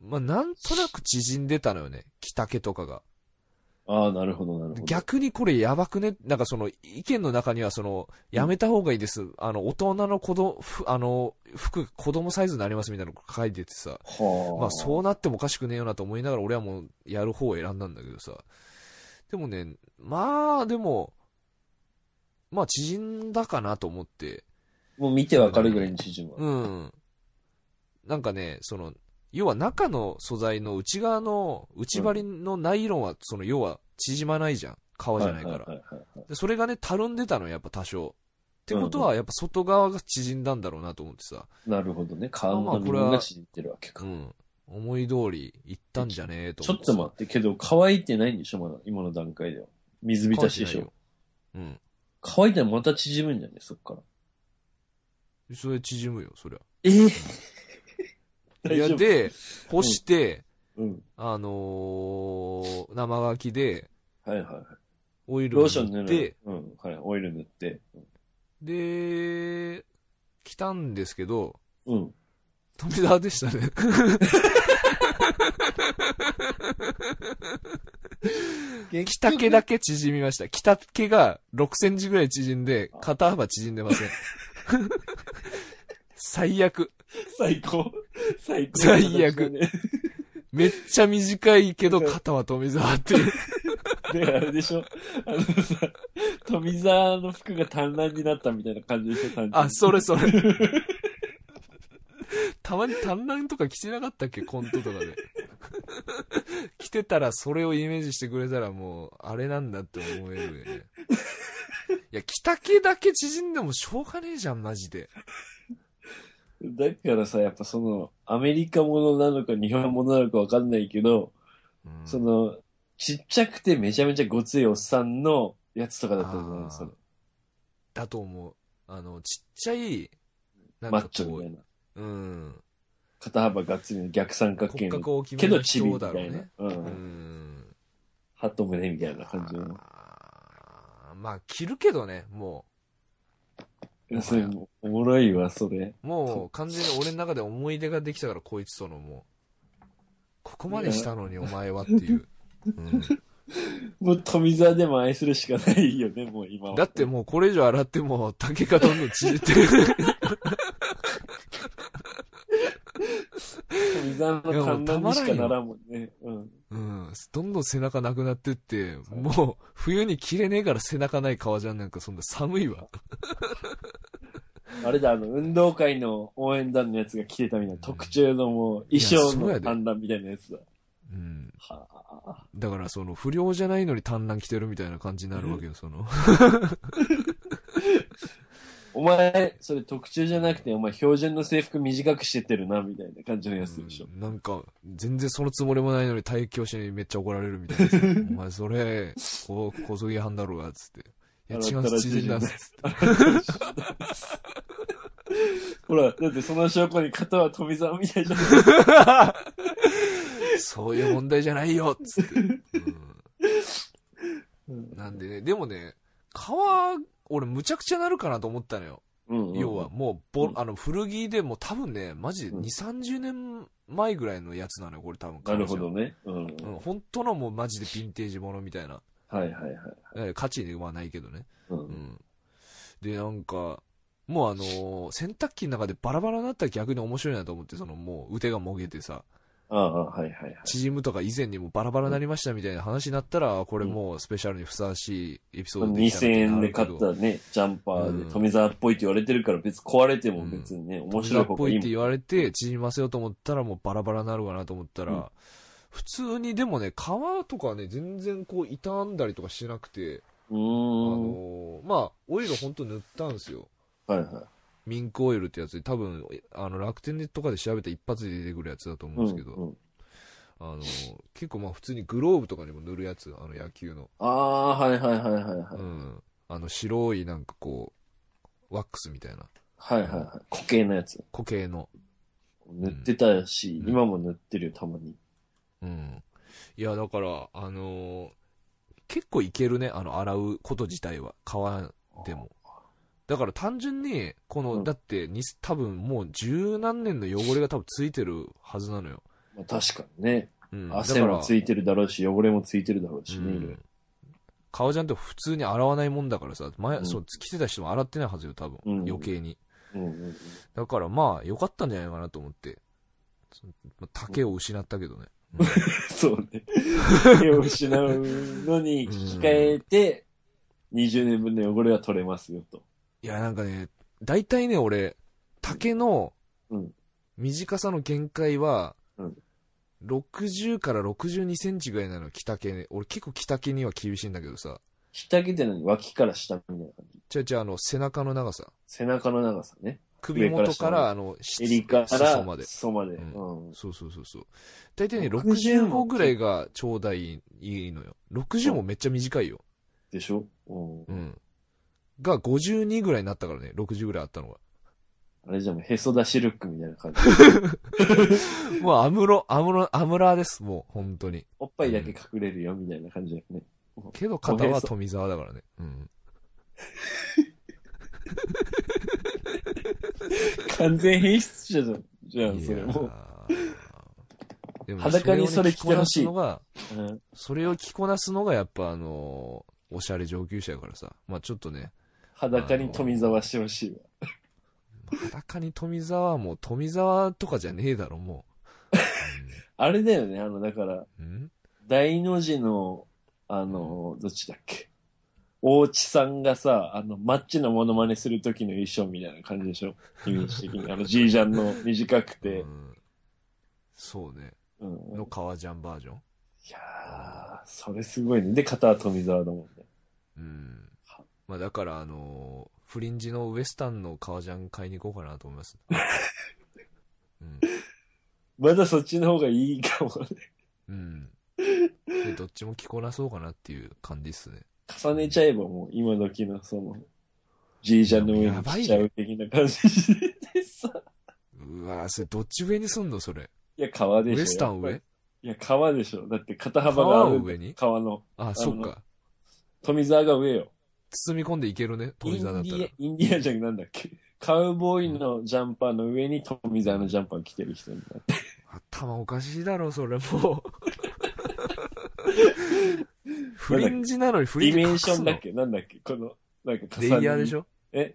[SPEAKER 1] まあなんとなく縮んでたのよね。着丈とかが。
[SPEAKER 3] ああ、なるほど、なるほど。
[SPEAKER 1] 逆にこれやばくねなんかその意見の中にはそのやめた方がいいです、あの大人の子供ふあの服子供サイズになりますみたいなの書いててさ
[SPEAKER 3] はあ。
[SPEAKER 1] まあそうなってもおかしくねえよなと思いながら俺はもうやる方を選んだんだけどさでもねまあでもまあ縮んだかなと思って
[SPEAKER 3] もう見てわかるぐらいに縮むわ。
[SPEAKER 1] うんなんかねその要は中の素材の内側の内張りのナイロンはその要は縮まないじゃん川じゃないから。
[SPEAKER 3] はいはいはいはい
[SPEAKER 1] でそれがね、たるんでたのよやっぱ多少。ってことは、やっぱ外側が縮んだんだろうなと思ってさ、
[SPEAKER 3] なるほどね。川
[SPEAKER 1] まあ
[SPEAKER 3] の
[SPEAKER 1] こ
[SPEAKER 3] 部
[SPEAKER 1] れは
[SPEAKER 3] 分が縮んでるわけ
[SPEAKER 1] う
[SPEAKER 3] か。
[SPEAKER 1] ん。思い通り行ったんじゃねえと
[SPEAKER 3] ちょ
[SPEAKER 1] 思
[SPEAKER 3] っと待
[SPEAKER 1] っ
[SPEAKER 3] って、けど乾いてないんでしょまだ、今の段階では。水
[SPEAKER 1] て
[SPEAKER 3] 浸
[SPEAKER 1] さ
[SPEAKER 3] しでしょ。
[SPEAKER 1] うん。
[SPEAKER 3] 乾いたらまた縮むんじゃねそっから。
[SPEAKER 1] それ縮むよ、そりゃ。
[SPEAKER 3] ええ
[SPEAKER 1] いや、、で、干して、
[SPEAKER 3] うん。
[SPEAKER 1] あのー生乾きで、
[SPEAKER 3] はいはいはい。
[SPEAKER 1] オイル
[SPEAKER 3] ロ
[SPEAKER 1] を
[SPEAKER 3] ーション
[SPEAKER 1] 塗
[SPEAKER 3] 塗
[SPEAKER 1] っ
[SPEAKER 3] る
[SPEAKER 1] て、。
[SPEAKER 3] うん。はい。オイル塗って。
[SPEAKER 1] で、来たんですけど、
[SPEAKER 3] うん。
[SPEAKER 1] 富澤でしたね。北毛だけ縮みました。北毛が6センチぐらい縮んで、肩幅縮んでません。最悪。
[SPEAKER 3] 最高。 最高。
[SPEAKER 1] 最悪。めっちゃ短いけど、肩は富澤っていう。
[SPEAKER 3] で、あれでしょあのさ、富澤の服が短乱になったみたいな感じでしょ単純に
[SPEAKER 1] あ、それそれ。たまに短乱とか着てなかったっけコントとかで。着てたらそれをイメージしてくれたらもう、あれなんだって思えるよね。いや、着丈だけ縮んでもしょうがねえじゃん、マジで。
[SPEAKER 3] だからさ、やっぱその、アメリカものなのか日本ものなのかわかんないけど、
[SPEAKER 1] うん
[SPEAKER 3] その、ちっちゃくてめちゃめちゃごついおっさんのやつとかだったじゃな
[SPEAKER 1] あー
[SPEAKER 3] いそれ。
[SPEAKER 1] だと思う。あの、ちっちゃい、なん
[SPEAKER 3] マ
[SPEAKER 1] か
[SPEAKER 3] ッチョ
[SPEAKER 1] こ
[SPEAKER 3] み
[SPEAKER 1] う
[SPEAKER 3] たい、な。
[SPEAKER 1] うん。
[SPEAKER 3] 肩幅がっつりの逆三角形
[SPEAKER 1] 骨
[SPEAKER 3] の。
[SPEAKER 1] 格大き
[SPEAKER 3] け
[SPEAKER 1] め
[SPEAKER 3] ど
[SPEAKER 1] の
[SPEAKER 3] チビ
[SPEAKER 1] 人
[SPEAKER 3] み
[SPEAKER 1] だ
[SPEAKER 3] た
[SPEAKER 1] ろう
[SPEAKER 3] いな
[SPEAKER 1] ね。。
[SPEAKER 3] う。
[SPEAKER 1] うんん。
[SPEAKER 3] ハット胸みたいな感じの。
[SPEAKER 1] あーまあ、着るけどね、もう。
[SPEAKER 3] いやそれもおもろいわ、それ。
[SPEAKER 1] もう完全に俺の中で思い出ができたから、こいつとのもう、ここまでしたのにお前はっていう。 うん
[SPEAKER 3] もう富澤でも愛するしかないよね、もう今は。
[SPEAKER 1] だってもうこれ以上洗っても竹がどんどん縮ってる。
[SPEAKER 3] 富澤の観覧にしかならんもんね。うん。
[SPEAKER 1] うん。どんどん背中なくなってって、もう冬に着れねえから背中ない革じゃんなんかそんな寒いわ。
[SPEAKER 3] あれだ、あの、運動会の応援団のやつが着てたみたいな、特注のもう、衣
[SPEAKER 1] い
[SPEAKER 3] 装
[SPEAKER 1] やそう
[SPEAKER 3] の
[SPEAKER 1] やで
[SPEAKER 3] 観覧みたいなやつだ。
[SPEAKER 1] うん。
[SPEAKER 3] はあ。
[SPEAKER 1] だからその不良じゃないのに短乱着てるみたいな感じになるわけよ、その。
[SPEAKER 3] お前、それ特注じゃなくて、お前標準の制服短くしてってるな、みたいな感じのやつでしょ。
[SPEAKER 1] うんなんか、全然そのつもりもないのに体教師にめっちゃ怒られるみたいな やつ。お前それ、こ小杉犯だろうが、つって。いや、違
[SPEAKER 3] 洗
[SPEAKER 1] うん
[SPEAKER 3] った
[SPEAKER 1] で
[SPEAKER 3] ら
[SPEAKER 1] す、縮んだんです、つ って。
[SPEAKER 3] ほら、だってその証拠に肩は富澤みたいじゃん。
[SPEAKER 1] そういう問題じゃないよ、つって。うん、なんでね、でもね、川、俺むちゃくちゃなるかなと思ったのよ。
[SPEAKER 3] うんうん
[SPEAKER 1] 要は、。もう、ぼ
[SPEAKER 3] うん
[SPEAKER 1] あの、古着でもう多分ね、マジで
[SPEAKER 3] うん
[SPEAKER 1] 2、30年前ぐらいのやつなのよ、これ多分。
[SPEAKER 3] なるほどね。うん。はい
[SPEAKER 1] うん、本当のもうマジでヴィンテージものみたいな。
[SPEAKER 3] はいはい。
[SPEAKER 1] え価値ではないけどね。
[SPEAKER 3] う。
[SPEAKER 1] うんん。で、なんか、もうあのー洗濯機の中でバラバラになったら逆に面白いなと思って、そのもう腕がもげてさ、
[SPEAKER 3] ああ、はいはいはい。
[SPEAKER 1] 縮むとか以前にもバラバラになりましたみたいな話になったら、これもうスペシャルにふさわしいエピソードできた
[SPEAKER 3] 2000
[SPEAKER 1] なってな
[SPEAKER 3] 円
[SPEAKER 1] る
[SPEAKER 3] で
[SPEAKER 1] け
[SPEAKER 3] 買
[SPEAKER 1] ど
[SPEAKER 3] ったね、ジャンパー
[SPEAKER 1] うん
[SPEAKER 3] で富澤っぽいって言われてるから別に壊れても別にね、面白い
[SPEAKER 1] っ
[SPEAKER 3] 方
[SPEAKER 1] ぽ
[SPEAKER 3] がい
[SPEAKER 1] い
[SPEAKER 3] い
[SPEAKER 1] って
[SPEAKER 3] もん。
[SPEAKER 1] 言われて縮ませようと思ったらもうバラバラになるかなと思ったら、
[SPEAKER 3] うん
[SPEAKER 1] 普通にでもね、皮とかね、全然こう傷んだりとかしなくて、
[SPEAKER 3] う
[SPEAKER 1] あ
[SPEAKER 3] ーん。
[SPEAKER 1] のーまあ、オイルほんと塗ったんですよ。
[SPEAKER 3] はいは
[SPEAKER 1] ミンクオイルってやつで多分あの楽天とかで調べたら一発で出てくるやつだと思
[SPEAKER 3] い。
[SPEAKER 1] うんで
[SPEAKER 3] うん
[SPEAKER 1] すけど、
[SPEAKER 3] うん
[SPEAKER 1] あの結構まあ普通にグローブとかにも塗るやつあの野球の、
[SPEAKER 3] ああ、はいはいはいはいはい。
[SPEAKER 1] うん、あの白いなんかこうワックスみたいな
[SPEAKER 3] はいはいはい。固形のやつ。
[SPEAKER 1] 固形の、
[SPEAKER 3] 塗ってたし、
[SPEAKER 1] うん
[SPEAKER 3] 今も塗ってるよ、たまに。
[SPEAKER 1] うん、いやだからあの結構いけるねあの洗うこと自体は皮でもだから単純にこの、
[SPEAKER 3] うん
[SPEAKER 1] だってに多分もう十何年の汚れが多分ついてるはずなのよ、
[SPEAKER 3] まあ、確かにね。
[SPEAKER 1] うん、
[SPEAKER 3] 汗
[SPEAKER 1] だか
[SPEAKER 3] も
[SPEAKER 1] ら
[SPEAKER 3] ついてるだろうし、汚れもついてるだろうしね、いろいろ
[SPEAKER 1] 革ジャンって普通に洗わないもんだからさ、前、
[SPEAKER 3] うん
[SPEAKER 1] そう、着てた人も洗ってないはずよ、多分。
[SPEAKER 3] うん
[SPEAKER 1] 余計に。
[SPEAKER 3] うんうんうん。
[SPEAKER 1] だからまあ、良かったんじゃないかなと思って。そまあ竹を失ったけどね。
[SPEAKER 3] そうね。手を失うのに引き換えて、20年分の汚れは取れますよと。
[SPEAKER 1] いや、なんかね、大体ね、俺、竹の
[SPEAKER 3] うん
[SPEAKER 1] 短さの限界は
[SPEAKER 3] うん、
[SPEAKER 1] 60から62センチぐらいなの、着丈ね。俺結構着丈には厳しいんだけどさ。
[SPEAKER 3] ひったけって何脇から下みたいな感じ。
[SPEAKER 1] じゃあじゃあ、あの、背中の長さ。
[SPEAKER 3] 背中の長さね。
[SPEAKER 1] 首元
[SPEAKER 3] 上か
[SPEAKER 1] から
[SPEAKER 3] 下まで
[SPEAKER 1] ら、あの、し
[SPEAKER 3] 襟から
[SPEAKER 1] 裾まで。
[SPEAKER 3] 裾まで。
[SPEAKER 1] うん
[SPEAKER 3] うん
[SPEAKER 1] そうそうそうそう。大体ね、
[SPEAKER 3] 60
[SPEAKER 1] 65ぐらいがちょうだいいいのよ。60もめっちゃ短いよ。
[SPEAKER 3] でしょうん
[SPEAKER 1] うん。が、52ぐらいになったからね、60ぐらいあったのが。
[SPEAKER 3] あれじゃもうへそ出しルックみたいな 感じ。
[SPEAKER 1] もう、アムロ、アムロ、アムラーです、もう、本当に。
[SPEAKER 3] おっぱいだけ隠れるよみたいな感じだよね。
[SPEAKER 1] けど、肩は富澤だからね。うん。
[SPEAKER 3] 完全変質者じゃん。じゃん、
[SPEAKER 1] い
[SPEAKER 3] そ
[SPEAKER 1] や
[SPEAKER 3] れも
[SPEAKER 1] ーでも
[SPEAKER 3] 裸にそれ着てほしい
[SPEAKER 1] それをね着こなすのが、
[SPEAKER 3] う。うん
[SPEAKER 1] それを着こなすのが、やっぱ、あのーおしゃれ上級者やからさ。まあちょっとね、
[SPEAKER 3] 裸に富澤してほしいわ。
[SPEAKER 1] 裸に富澤はもう富澤とかじゃねえだろ、も
[SPEAKER 3] あれだよね、あの、だから、
[SPEAKER 1] う。 うん
[SPEAKER 3] 大の字の、あの、どっちだっけ。大内さんがさ、あの、マッチのモノマネする時の衣装みたいな感じでしょイメージ的に。あの、G ジャンの短く
[SPEAKER 1] う
[SPEAKER 3] て。
[SPEAKER 1] んそうね。
[SPEAKER 3] うん。
[SPEAKER 1] の革ジャンバージョン。
[SPEAKER 3] いやー、それすごいね。で、肩は富澤だもんね。
[SPEAKER 1] うん。まあだから、あのーフリンジのウエスタンの革ジャン買いに行こうかなと思い ます。うん。
[SPEAKER 3] まだそっちの方がいいかもね。
[SPEAKER 1] うん。で、どっちも着こなそうかなっていう感じっすね。
[SPEAKER 3] 重ねちゃえばもう、今時のその、G ジャンの上に来ちゃう的な感じでさ。
[SPEAKER 1] うわぁ、それどっち上にすんのそれ。
[SPEAKER 3] いや、川
[SPEAKER 1] ウ
[SPEAKER 3] でしょ。
[SPEAKER 1] エスタン
[SPEAKER 3] やっぱ
[SPEAKER 1] 上
[SPEAKER 3] りいや、川でしょ。だって肩幅があ
[SPEAKER 1] 革を
[SPEAKER 3] る。
[SPEAKER 1] 上に
[SPEAKER 3] 川の。
[SPEAKER 1] あ、そっか。
[SPEAKER 3] 富澤が上よ。
[SPEAKER 1] 包み込んでいけるね、
[SPEAKER 3] イ
[SPEAKER 1] 富
[SPEAKER 3] ンデ
[SPEAKER 1] 澤だった
[SPEAKER 3] ィ
[SPEAKER 1] ら
[SPEAKER 3] ア、。インディアじゃなんだっけ。カウボーイのジャンパーの上に富澤のジャンパー着てる人になって。
[SPEAKER 1] 頭おかしいだろ、それ もう。フリンジなのにフリ
[SPEAKER 3] デ
[SPEAKER 1] ンジ
[SPEAKER 3] ィメ
[SPEAKER 1] 隠
[SPEAKER 3] ンショ
[SPEAKER 1] す
[SPEAKER 3] ン
[SPEAKER 1] の
[SPEAKER 3] だっけなんだっけこの、なんか
[SPEAKER 1] レイヤーでし
[SPEAKER 3] ょ
[SPEAKER 1] ょ
[SPEAKER 3] え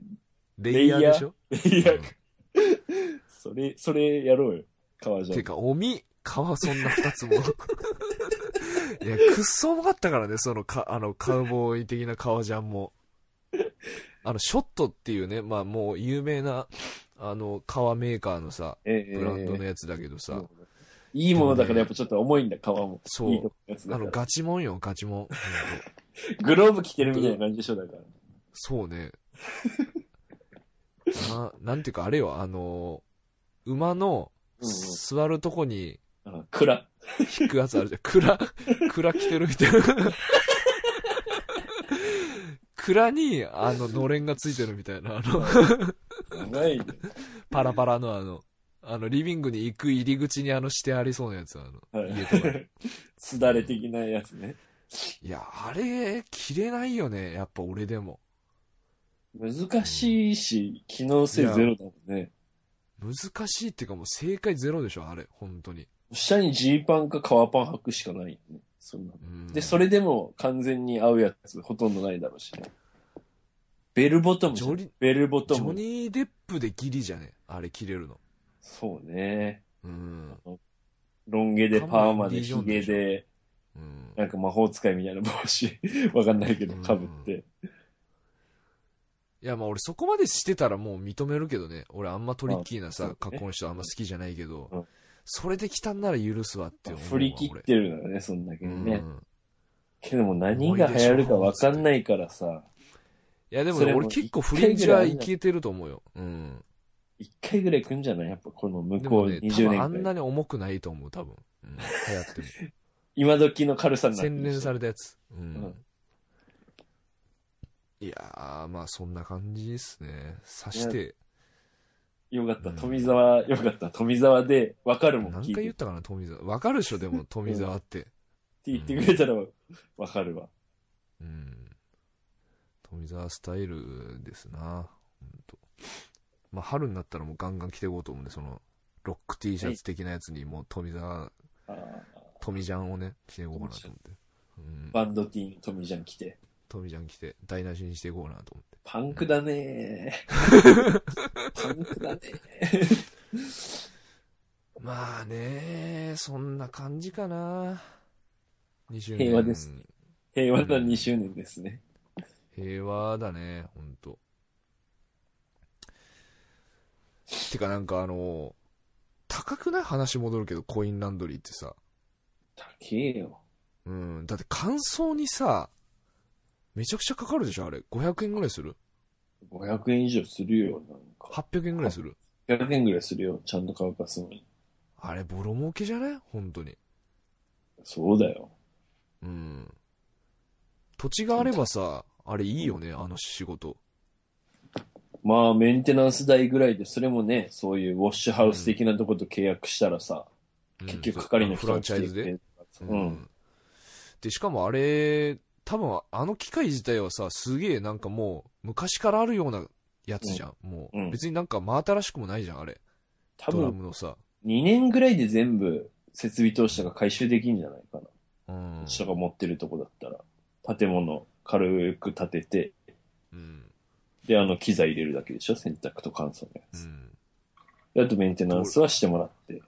[SPEAKER 1] レイヤーでしょ
[SPEAKER 3] レイヤーか。それ、それやろうよ。川じゃん
[SPEAKER 1] て。か、おみ、川そんな二つも。い や、くっそもかったからね、そのか、あの、カウボーイ的な革ジャンも。あの、ショットっていうね、まあもう有名な、あの、革メーカーのさ、
[SPEAKER 3] ええ
[SPEAKER 1] ブランドの
[SPEAKER 3] え
[SPEAKER 1] やつだけど
[SPEAKER 3] え
[SPEAKER 1] さ、
[SPEAKER 3] いいものだからやっぱちょっと重いんだ、皮も。
[SPEAKER 1] そう
[SPEAKER 3] いいやつ
[SPEAKER 1] あ
[SPEAKER 3] だか
[SPEAKER 1] の、
[SPEAKER 3] ら
[SPEAKER 1] ガチもんよ、ガチもん。
[SPEAKER 3] グローブ着てるみたいな感じでしょ、だから。
[SPEAKER 1] そうね。 な、なんていうか、あれよ、あの、馬の
[SPEAKER 3] うんうん
[SPEAKER 1] 座るとこに
[SPEAKER 3] あの。暗。
[SPEAKER 1] 引くやつあるじゃん。蔵、蔵着てるみたいな。蔵に、あの、のれんがついてるみたいな、あの、
[SPEAKER 3] 長いね。
[SPEAKER 1] パラパラのあの、あの、リビングに行く入り口にあの、してありそうなやつ、あの、
[SPEAKER 3] はい
[SPEAKER 1] 家とかに。
[SPEAKER 3] すだれ的なやつね。
[SPEAKER 1] いや、あれ、着れないよね、やっぱ俺でも。
[SPEAKER 3] 難しいし、機能性ゼロだもんね。
[SPEAKER 1] 難しいっていうかもう正解ゼロでしょ、あれ、本当に。
[SPEAKER 3] 下にジーパンか革パン履くしかないよね。そんなの
[SPEAKER 1] うん
[SPEAKER 3] で、それでも完全に合うやつほとんどないだろうしね。ベルボトムじゃん
[SPEAKER 1] ジョリ
[SPEAKER 3] ベルボト
[SPEAKER 1] ジョ
[SPEAKER 3] ム。
[SPEAKER 1] ニー・デップでギリじゃねあれ着れるの。
[SPEAKER 3] そうね。
[SPEAKER 1] うん。
[SPEAKER 3] ロン毛でパーマ
[SPEAKER 1] カモンデ
[SPEAKER 3] で
[SPEAKER 1] ィジョ
[SPEAKER 3] ヒ
[SPEAKER 1] ンで
[SPEAKER 3] ゲ
[SPEAKER 1] しょ
[SPEAKER 3] で、
[SPEAKER 1] うん。
[SPEAKER 3] なんか魔法使いみたいな帽子、 わかんないけど、被って。
[SPEAKER 1] いや、まあ俺そこまでしてたらもう認めるけどね。俺あんまトリッキーな
[SPEAKER 3] ま
[SPEAKER 1] さ
[SPEAKER 3] あ、そうね
[SPEAKER 1] 格好の人あんま好きじゃないけど、
[SPEAKER 3] うん
[SPEAKER 1] それで来たんなら許すわって思うわ。
[SPEAKER 3] 振り切ってるのよね、そんだけ
[SPEAKER 1] 俺
[SPEAKER 3] ね。
[SPEAKER 1] うん
[SPEAKER 3] けども何が流行るかわかんないからさ、
[SPEAKER 1] いや、でも
[SPEAKER 3] それ
[SPEAKER 1] ね
[SPEAKER 3] も
[SPEAKER 1] 俺結構フリンジはいけてると思うよ。うん。
[SPEAKER 3] 一回ぐらい来んじゃないやっぱこの向
[SPEAKER 1] で
[SPEAKER 3] こ
[SPEAKER 1] も
[SPEAKER 3] う
[SPEAKER 1] ね、
[SPEAKER 3] 20
[SPEAKER 1] 多分あ
[SPEAKER 3] 年
[SPEAKER 1] ん
[SPEAKER 3] ぐら。
[SPEAKER 1] ないに重くないと思う、多分。うん、流行 っても。
[SPEAKER 3] 今時の軽さになって
[SPEAKER 1] 洗練さ
[SPEAKER 3] れ
[SPEAKER 1] れたやつ。うん。
[SPEAKER 3] ん
[SPEAKER 1] いやー、まあそんな感じですね。さして、
[SPEAKER 3] よかった、
[SPEAKER 1] うん
[SPEAKER 3] 富澤、よかった、富澤で、わかるもん
[SPEAKER 1] 何
[SPEAKER 3] 聞
[SPEAKER 1] 回
[SPEAKER 3] いて
[SPEAKER 1] 言っ。たかな、富澤。わかるでしょ、で も、富澤って。
[SPEAKER 3] って言ってくれたらわかるわ。
[SPEAKER 1] うん。富澤スタイルですな。ほんとまあ、春になったらもうガンガン着ていこうと思うんで、その、ロック T シャツ的なやつに、もう富澤、
[SPEAKER 3] あー
[SPEAKER 1] 富ジャンをね、着ていこうかなと思って。うん。
[SPEAKER 3] バンドティーン、富ジャン来て。
[SPEAKER 1] 富ジャン着て、台無しにしていこうかなと思って。
[SPEAKER 3] パンクだね ーパンクだね
[SPEAKER 1] まあね、そんな感じかな。20年
[SPEAKER 3] 平和ですねー平和な2周年ですね。
[SPEAKER 1] 平和だね、ほんと。てかなんかあの、高くない話戻るけど、コインランドリーってさ。
[SPEAKER 3] 高えよ。
[SPEAKER 1] うん。だって乾燥にさ、めちゃくちゃかかるでしょ、あれ。500円ぐらいする
[SPEAKER 3] 500円以上するよ、なんか。
[SPEAKER 1] ?800 円ぐらいする
[SPEAKER 3] 800円ぐらいするよ、ちゃんと乾かすのに。
[SPEAKER 1] あれ、ボロ儲けじゃない本当に。
[SPEAKER 3] そうだよ。
[SPEAKER 1] うん。土地があればさ、あれいいよね、あの仕事。
[SPEAKER 3] まあ、メンテナンス代ぐらいで、それもね、そういうウォッシュハウス的なとこと契約したらさ、
[SPEAKER 1] うん
[SPEAKER 3] 結局係の
[SPEAKER 1] フ
[SPEAKER 3] 人
[SPEAKER 1] ラ
[SPEAKER 3] が
[SPEAKER 1] ンチャイズで。
[SPEAKER 3] 来てくれるうん。
[SPEAKER 1] で、しかもあれ、多分あの機械自体はさ、すげえなんかもう、昔からあるようなやつじゃん。もう、
[SPEAKER 3] うん
[SPEAKER 1] 別になんか真新しくもないじゃん、あれ。
[SPEAKER 3] 多
[SPEAKER 1] ドラ
[SPEAKER 3] 分、
[SPEAKER 1] ムのさ。
[SPEAKER 3] 2年ぐらいで全部設備投資とか回収できんじゃないかな。
[SPEAKER 1] うん。
[SPEAKER 3] 人が持ってるとこだったら。建物軽く建てて、
[SPEAKER 1] うん。
[SPEAKER 3] で、あの、機材入れるだけでしょ洗濯と乾燥のや
[SPEAKER 1] う
[SPEAKER 3] つ。
[SPEAKER 1] ん。
[SPEAKER 3] であとメンテナンスはしてもらって。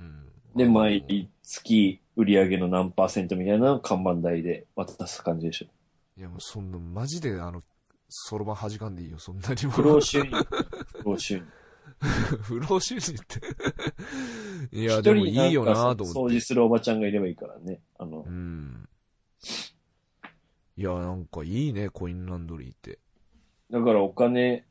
[SPEAKER 1] うん。
[SPEAKER 3] で、毎月売り上げの何パーセントみたいなのを看板代で渡す感 じでしょ。
[SPEAKER 1] いやもうそんな、マジであの、そろばん弾かんでいいよ、そんなにも。
[SPEAKER 3] 不労収入。不労収入。
[SPEAKER 1] 不労収入 って。い
[SPEAKER 3] い
[SPEAKER 1] や、でもいいよなと思っ
[SPEAKER 3] 掃
[SPEAKER 1] て。
[SPEAKER 3] 除するおばちゃんがいればいいからね。あの
[SPEAKER 1] う、ん。いや、なんかいいね、コインランドリーって。
[SPEAKER 3] だからお金、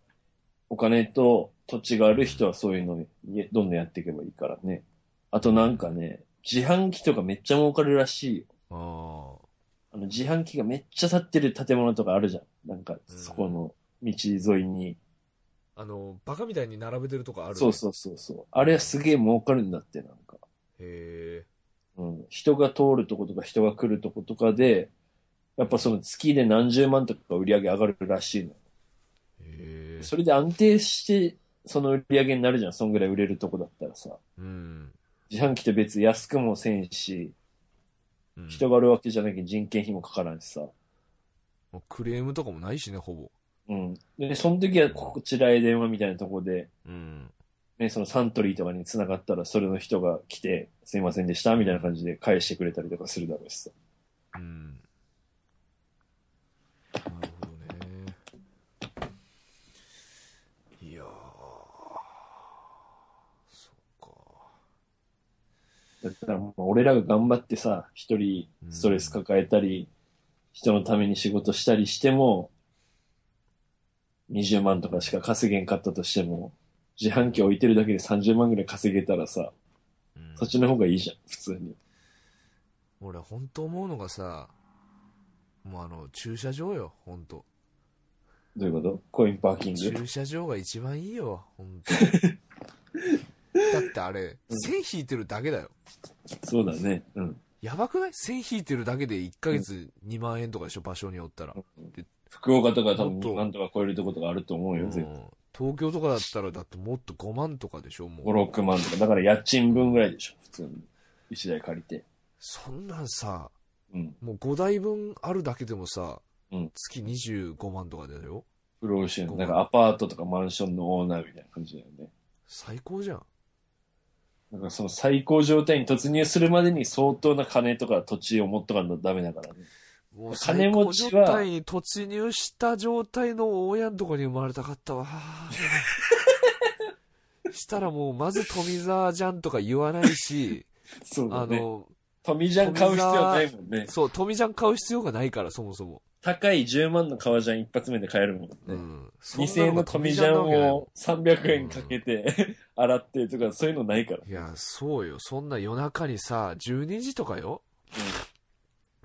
[SPEAKER 3] お金と土地がある人はそういうのにどんどんやっていけばいいからね。あとなんかね、自販機とかめっちゃ儲かるらしいよ。
[SPEAKER 1] ああ。
[SPEAKER 3] あの自販機がめっちゃ立ってる建物とかあるじゃん。なんか、そこの道沿いに。
[SPEAKER 1] あの、バカみたいに並べてるとかある、
[SPEAKER 3] そうそうそうそう。あれはすげえ儲かるんだって、なん
[SPEAKER 1] う。
[SPEAKER 3] か。
[SPEAKER 1] へえ。
[SPEAKER 3] うん。人が通るとことか人が来るとことかで、やっぱその月で何十万とか売り上げ上がるらしいの。
[SPEAKER 1] へえ。
[SPEAKER 3] それで安定して、その売り上げになるじゃん。そんぐらい売れるとこだったらさ。
[SPEAKER 1] うん。
[SPEAKER 3] 自販機って別に安くもせんし、
[SPEAKER 1] うん
[SPEAKER 3] 人があるわけじゃなきゃ人件費もかからんしさ。
[SPEAKER 1] もうクレームとかもないしね、ほぼ。
[SPEAKER 3] うん。で、その時はこちらへ電話みたいなとこで、
[SPEAKER 1] うん。
[SPEAKER 3] ね、そのサントリーとかに繋がったら、それの人が来て、すいませんでした、みたいな感じで返してくれたりとかするだろうしさ。
[SPEAKER 1] うん。なるほどね。いやー。そっか。
[SPEAKER 3] だから、俺らが頑張ってさ、一人ストレス抱えたり、人のために仕事したりしても、20万とかしか稼げんかったとしても、自販機置いてるだけで30万ぐらい稼げたらさ、
[SPEAKER 1] うん
[SPEAKER 3] そっちの方がいいじゃん、普通に。
[SPEAKER 1] 俺、本当思うのがさ、もうあの、駐車場よ、本当
[SPEAKER 3] どういうことコインパーキング
[SPEAKER 1] 駐車場が一番いいよ、本 当だってあれ、
[SPEAKER 3] うん
[SPEAKER 1] 線引いてるだけだよ。
[SPEAKER 3] そうだね。うん。
[SPEAKER 1] やばくない線引いてるだけで1ヶ月2万円とかでしょ、場所によったら。
[SPEAKER 3] 福岡とか多分
[SPEAKER 1] もっと
[SPEAKER 3] 2万とか超えるとことがあると思うよ、絶対
[SPEAKER 1] うん東京とかだったらだってもっと5万とかでしょ、もう。
[SPEAKER 3] 5、6万とか。だから家賃分ぐらいでしょ、普通に。1台借りて。
[SPEAKER 1] そんなんさ、
[SPEAKER 3] うん。
[SPEAKER 1] もう5台分あるだけでもさ、
[SPEAKER 3] うん
[SPEAKER 1] 月25万とかだよ。
[SPEAKER 3] 不労収入。
[SPEAKER 1] 5
[SPEAKER 3] だからアパートとかマンションのオーナーみたいな感じだよね。
[SPEAKER 1] 最高じゃん。
[SPEAKER 3] だからその最高状態に突入するまでに相当な金とか土地を持っとかんとダメだからね。
[SPEAKER 1] もう
[SPEAKER 3] 金
[SPEAKER 1] 最
[SPEAKER 3] 持
[SPEAKER 1] 高
[SPEAKER 3] ちは
[SPEAKER 1] 状態に突入した状態の親のとこに生まれたかった わ。したらもう、まず富澤じゃんとか言わないし、
[SPEAKER 3] そう
[SPEAKER 1] あ
[SPEAKER 3] だね。
[SPEAKER 1] の、
[SPEAKER 3] 富ジャン買う必要ないもんね。
[SPEAKER 1] そう、富ジャン買う必要がないから、そもそも。
[SPEAKER 3] 高い10万の革ジャン一発目で買えるもんね。
[SPEAKER 1] うん。
[SPEAKER 3] 2000円の富ジャンを300円かけて 洗ってとかそういうのないから。
[SPEAKER 1] いや、そうよ。そんな夜中にさ、12時とかよ。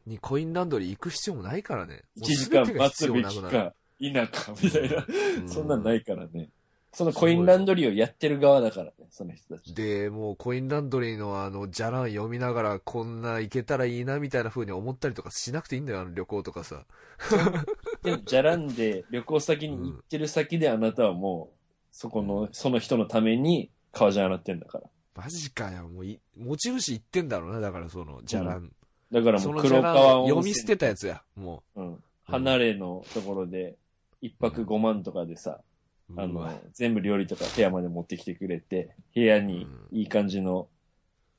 [SPEAKER 1] にコインランドリー行く必要もないからね。
[SPEAKER 3] 1時間
[SPEAKER 1] もう全てが
[SPEAKER 3] 待
[SPEAKER 1] 必
[SPEAKER 3] つ
[SPEAKER 1] 要
[SPEAKER 3] べ
[SPEAKER 1] な
[SPEAKER 3] き
[SPEAKER 1] くなる
[SPEAKER 3] か否かみたいな。
[SPEAKER 1] う
[SPEAKER 3] そんなんないからね。そのコインランドリーをやってる側だからね、その人たち。
[SPEAKER 1] で、もうコインランドリーのあの、じゃらん読みながら、こんないけたらいいなみたいな風に思ったりとかしなくていいんだよ、あの旅行とかさ。
[SPEAKER 3] でも、じゃらんで旅行先に行ってる先であなたはもう、そこの、その人のために革ジャン洗ってんだから。
[SPEAKER 1] マジかよ、もうい、持ち主言ってんだろうな、だからその、じゃらん。
[SPEAKER 3] だから
[SPEAKER 1] そ
[SPEAKER 3] もう
[SPEAKER 1] のじ
[SPEAKER 3] 黒
[SPEAKER 1] ゃらん
[SPEAKER 3] 川
[SPEAKER 1] を
[SPEAKER 3] 温
[SPEAKER 1] 読み
[SPEAKER 3] 泉
[SPEAKER 1] 捨てたやつや、も
[SPEAKER 3] うん。離れのところで、一泊五万とかでさ、
[SPEAKER 1] う。
[SPEAKER 3] あ
[SPEAKER 1] うわ
[SPEAKER 3] の、全部料理とか部屋まで持ってきてくれて、部屋にいい感じの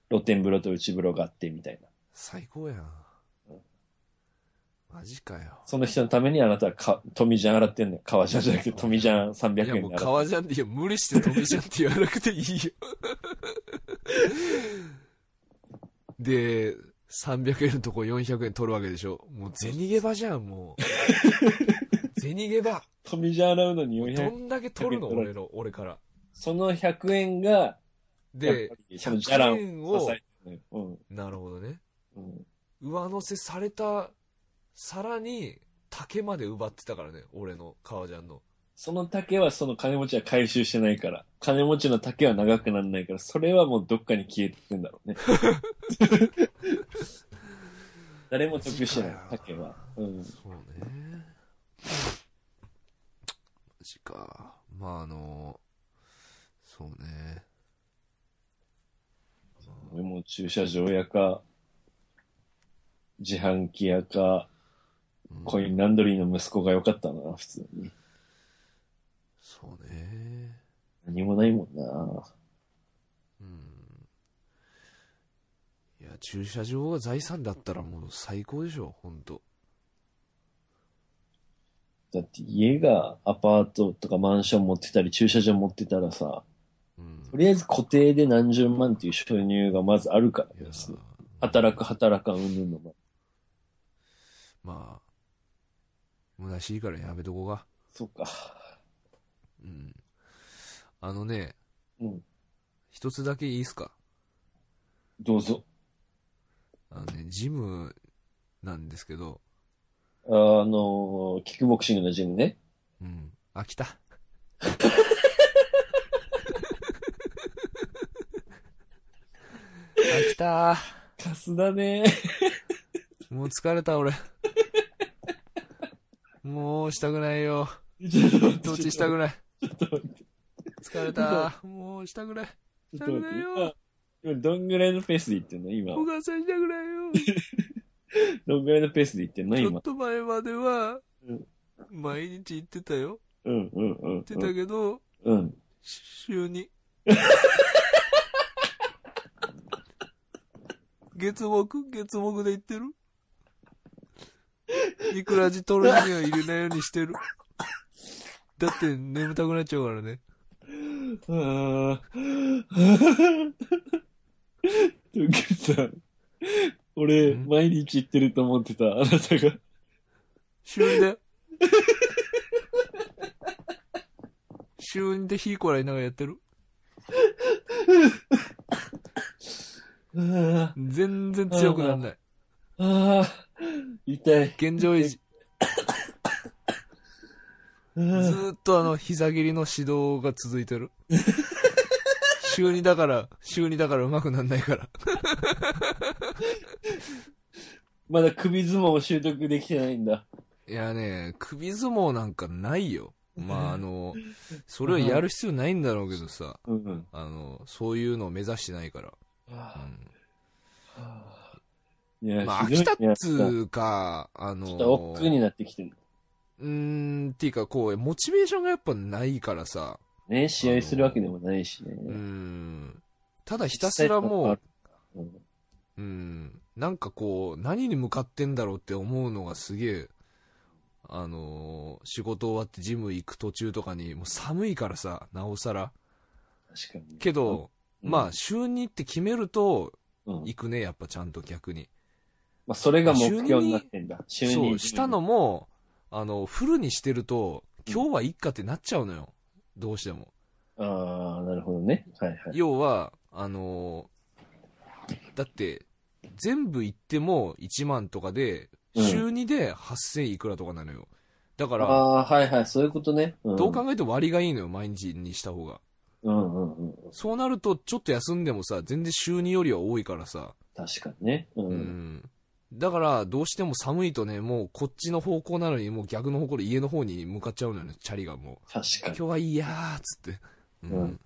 [SPEAKER 3] 露天風呂と内風呂があってみたいな。
[SPEAKER 1] 最高やん
[SPEAKER 3] うん。
[SPEAKER 1] マジかよ。
[SPEAKER 3] その人のためにあなたはか、富ジャン洗ってんだよ。革ジャンじゃなくて富ジャン300円
[SPEAKER 1] い
[SPEAKER 3] で
[SPEAKER 1] や
[SPEAKER 3] 洗
[SPEAKER 1] もう
[SPEAKER 3] って
[SPEAKER 1] 革ジャンで、いや無理して富ジャンって言 わなくていいよ。で、 300円のとこ400円取るわけでしょ。もう銭ゲバじゃん、も う。銭ゲバ。
[SPEAKER 3] トミージャン・ラウンドに
[SPEAKER 1] ど
[SPEAKER 3] 400
[SPEAKER 1] んだけ取るの
[SPEAKER 3] 400
[SPEAKER 1] 俺の、俺から。
[SPEAKER 3] その100円が、やっ
[SPEAKER 1] で
[SPEAKER 3] ぱ、りそのジャラ
[SPEAKER 1] 100
[SPEAKER 3] ン
[SPEAKER 1] 円
[SPEAKER 3] を
[SPEAKER 1] を
[SPEAKER 3] 支、えてるのよ
[SPEAKER 1] なるほどね。
[SPEAKER 3] うんうん
[SPEAKER 1] 上乗せされた、さらに、竹まで奪ってたからね、俺の、革ジャンの。
[SPEAKER 3] その竹はその金持ちは回収してないから、金持ちの竹は長くならないから、それはもうどっかに消えてんだろ うね。誰も得してない、竹は。うん。
[SPEAKER 1] そうね。マジか。まあ、あの、そうね。
[SPEAKER 3] 俺も駐車場やか、自販機やか、
[SPEAKER 1] うん
[SPEAKER 3] コインランドリーの息子が良かったな、普通に。
[SPEAKER 1] そうね。
[SPEAKER 3] 何もないもんな。
[SPEAKER 1] うん。いや、駐車場が財産だったらもう最高でしょ、ほんと。
[SPEAKER 3] だって家がアパートとかマンション持ってたり駐車場持ってたらさ、
[SPEAKER 1] うん
[SPEAKER 3] と。りあえず固定で何十万っていう収入がまずあるから
[SPEAKER 1] いや
[SPEAKER 3] です。働く働かんうんぬんのも。
[SPEAKER 1] まあ、虚しいからやめとこうか。
[SPEAKER 3] そうか。
[SPEAKER 1] うん。あのね、
[SPEAKER 3] うん。
[SPEAKER 1] 一つだけいいっすか
[SPEAKER 3] どうぞ。
[SPEAKER 1] あのね、ジムなんですけど、
[SPEAKER 3] あの、キックボクシングのジムね。
[SPEAKER 1] うん、飽きた。飽きた。
[SPEAKER 3] カスだね。
[SPEAKER 1] もう疲れた、俺。もうしたくないよ。
[SPEAKER 3] ちょっと待って
[SPEAKER 1] 統治したくない。
[SPEAKER 3] ちょっと待って。
[SPEAKER 1] 疲れた。もうしたくない。
[SPEAKER 3] ちょっと待って。
[SPEAKER 1] 危ない
[SPEAKER 3] 今、今どんぐらいのペースで行ってんの今。
[SPEAKER 1] お母さんしたくないよ。
[SPEAKER 3] どんぐらいのペースで行ってんの
[SPEAKER 1] ちょっ
[SPEAKER 3] 今。
[SPEAKER 1] と前までは
[SPEAKER 3] うん、
[SPEAKER 1] 毎日行ってたよ。
[SPEAKER 3] うんうんうんうん。
[SPEAKER 1] 行ってたけど、
[SPEAKER 3] うん。
[SPEAKER 1] 週に。月木月木で行ってるいくらじ取るには入れないようにしてる。だって眠たくなっちゃうからね。
[SPEAKER 3] あートンケンさん、俺、
[SPEAKER 1] ん
[SPEAKER 3] 毎日行ってると思ってた、あなたが。
[SPEAKER 1] 週2だよ。週2で火こらいながらやってる。
[SPEAKER 3] あ
[SPEAKER 1] 全然強くならない。
[SPEAKER 3] あ、ああ、痛い。
[SPEAKER 1] 現状維持。
[SPEAKER 3] あ
[SPEAKER 1] ず
[SPEAKER 3] ー
[SPEAKER 1] ーっとあの、膝蹴りの指導が続いてる。週2だから、週2だから上手くなんないから。
[SPEAKER 3] まだ首相撲を習得できてないんだ。
[SPEAKER 1] いやね、首相撲なんかないよ。まあ、あの、それはやる必要ないんだろうけどさ、
[SPEAKER 3] うん。
[SPEAKER 1] あの、そういうのを目指してないから。う
[SPEAKER 3] いや
[SPEAKER 1] ん、まあ、
[SPEAKER 3] ひどい
[SPEAKER 1] 秋
[SPEAKER 3] ね
[SPEAKER 1] 田っつうか、あの、
[SPEAKER 3] ちょっと億劫になってきてる。
[SPEAKER 1] うーん、っていうか、こう、モチベーションがやっぱないからさ、
[SPEAKER 3] ね、試合するわけでもないし
[SPEAKER 1] うー
[SPEAKER 3] ね。
[SPEAKER 1] ん、ただひたすらもう、
[SPEAKER 3] うん。
[SPEAKER 1] うん、なんかこう、何に向かってんだろうって思うのがすげえ、あのー仕事終わってジム行く途中とかに、もう寒いからさ、なおさら。
[SPEAKER 3] 確かに。
[SPEAKER 1] けど、
[SPEAKER 3] うん
[SPEAKER 1] まあ、週にって決めると、
[SPEAKER 3] うん、
[SPEAKER 1] 行くね、やっぱちゃんと逆に。
[SPEAKER 3] まあ、それが目標になってんだ。週に。
[SPEAKER 1] そう、したの。も、あの、フルにしてると、今日はいっかってなっちゃうのよ。どうしても。
[SPEAKER 3] ああ、なるほどね。はいはい。
[SPEAKER 1] 要は、あのーだって、全部行っても1万とかで、
[SPEAKER 3] うん
[SPEAKER 1] 週2で8000いくらとかなのよ。だか
[SPEAKER 3] あ
[SPEAKER 1] ら、
[SPEAKER 3] あー、はいはい、そういうことね。うん、
[SPEAKER 1] どう考えても割がいいのよ、毎日にした方が。
[SPEAKER 3] うんうんうん。
[SPEAKER 1] そうなると、ちょっと休んでもさ、全然週2よりは多いからさ。
[SPEAKER 3] 確かにね。うん。
[SPEAKER 1] うん。だから、どうしても寒いとね、もうこっちの方向なのに、もう逆の方向で家の方に向かっちゃうのよね、チャリがもう。
[SPEAKER 3] 確かに。
[SPEAKER 1] 今日はいいやーっつって。うん。
[SPEAKER 3] うん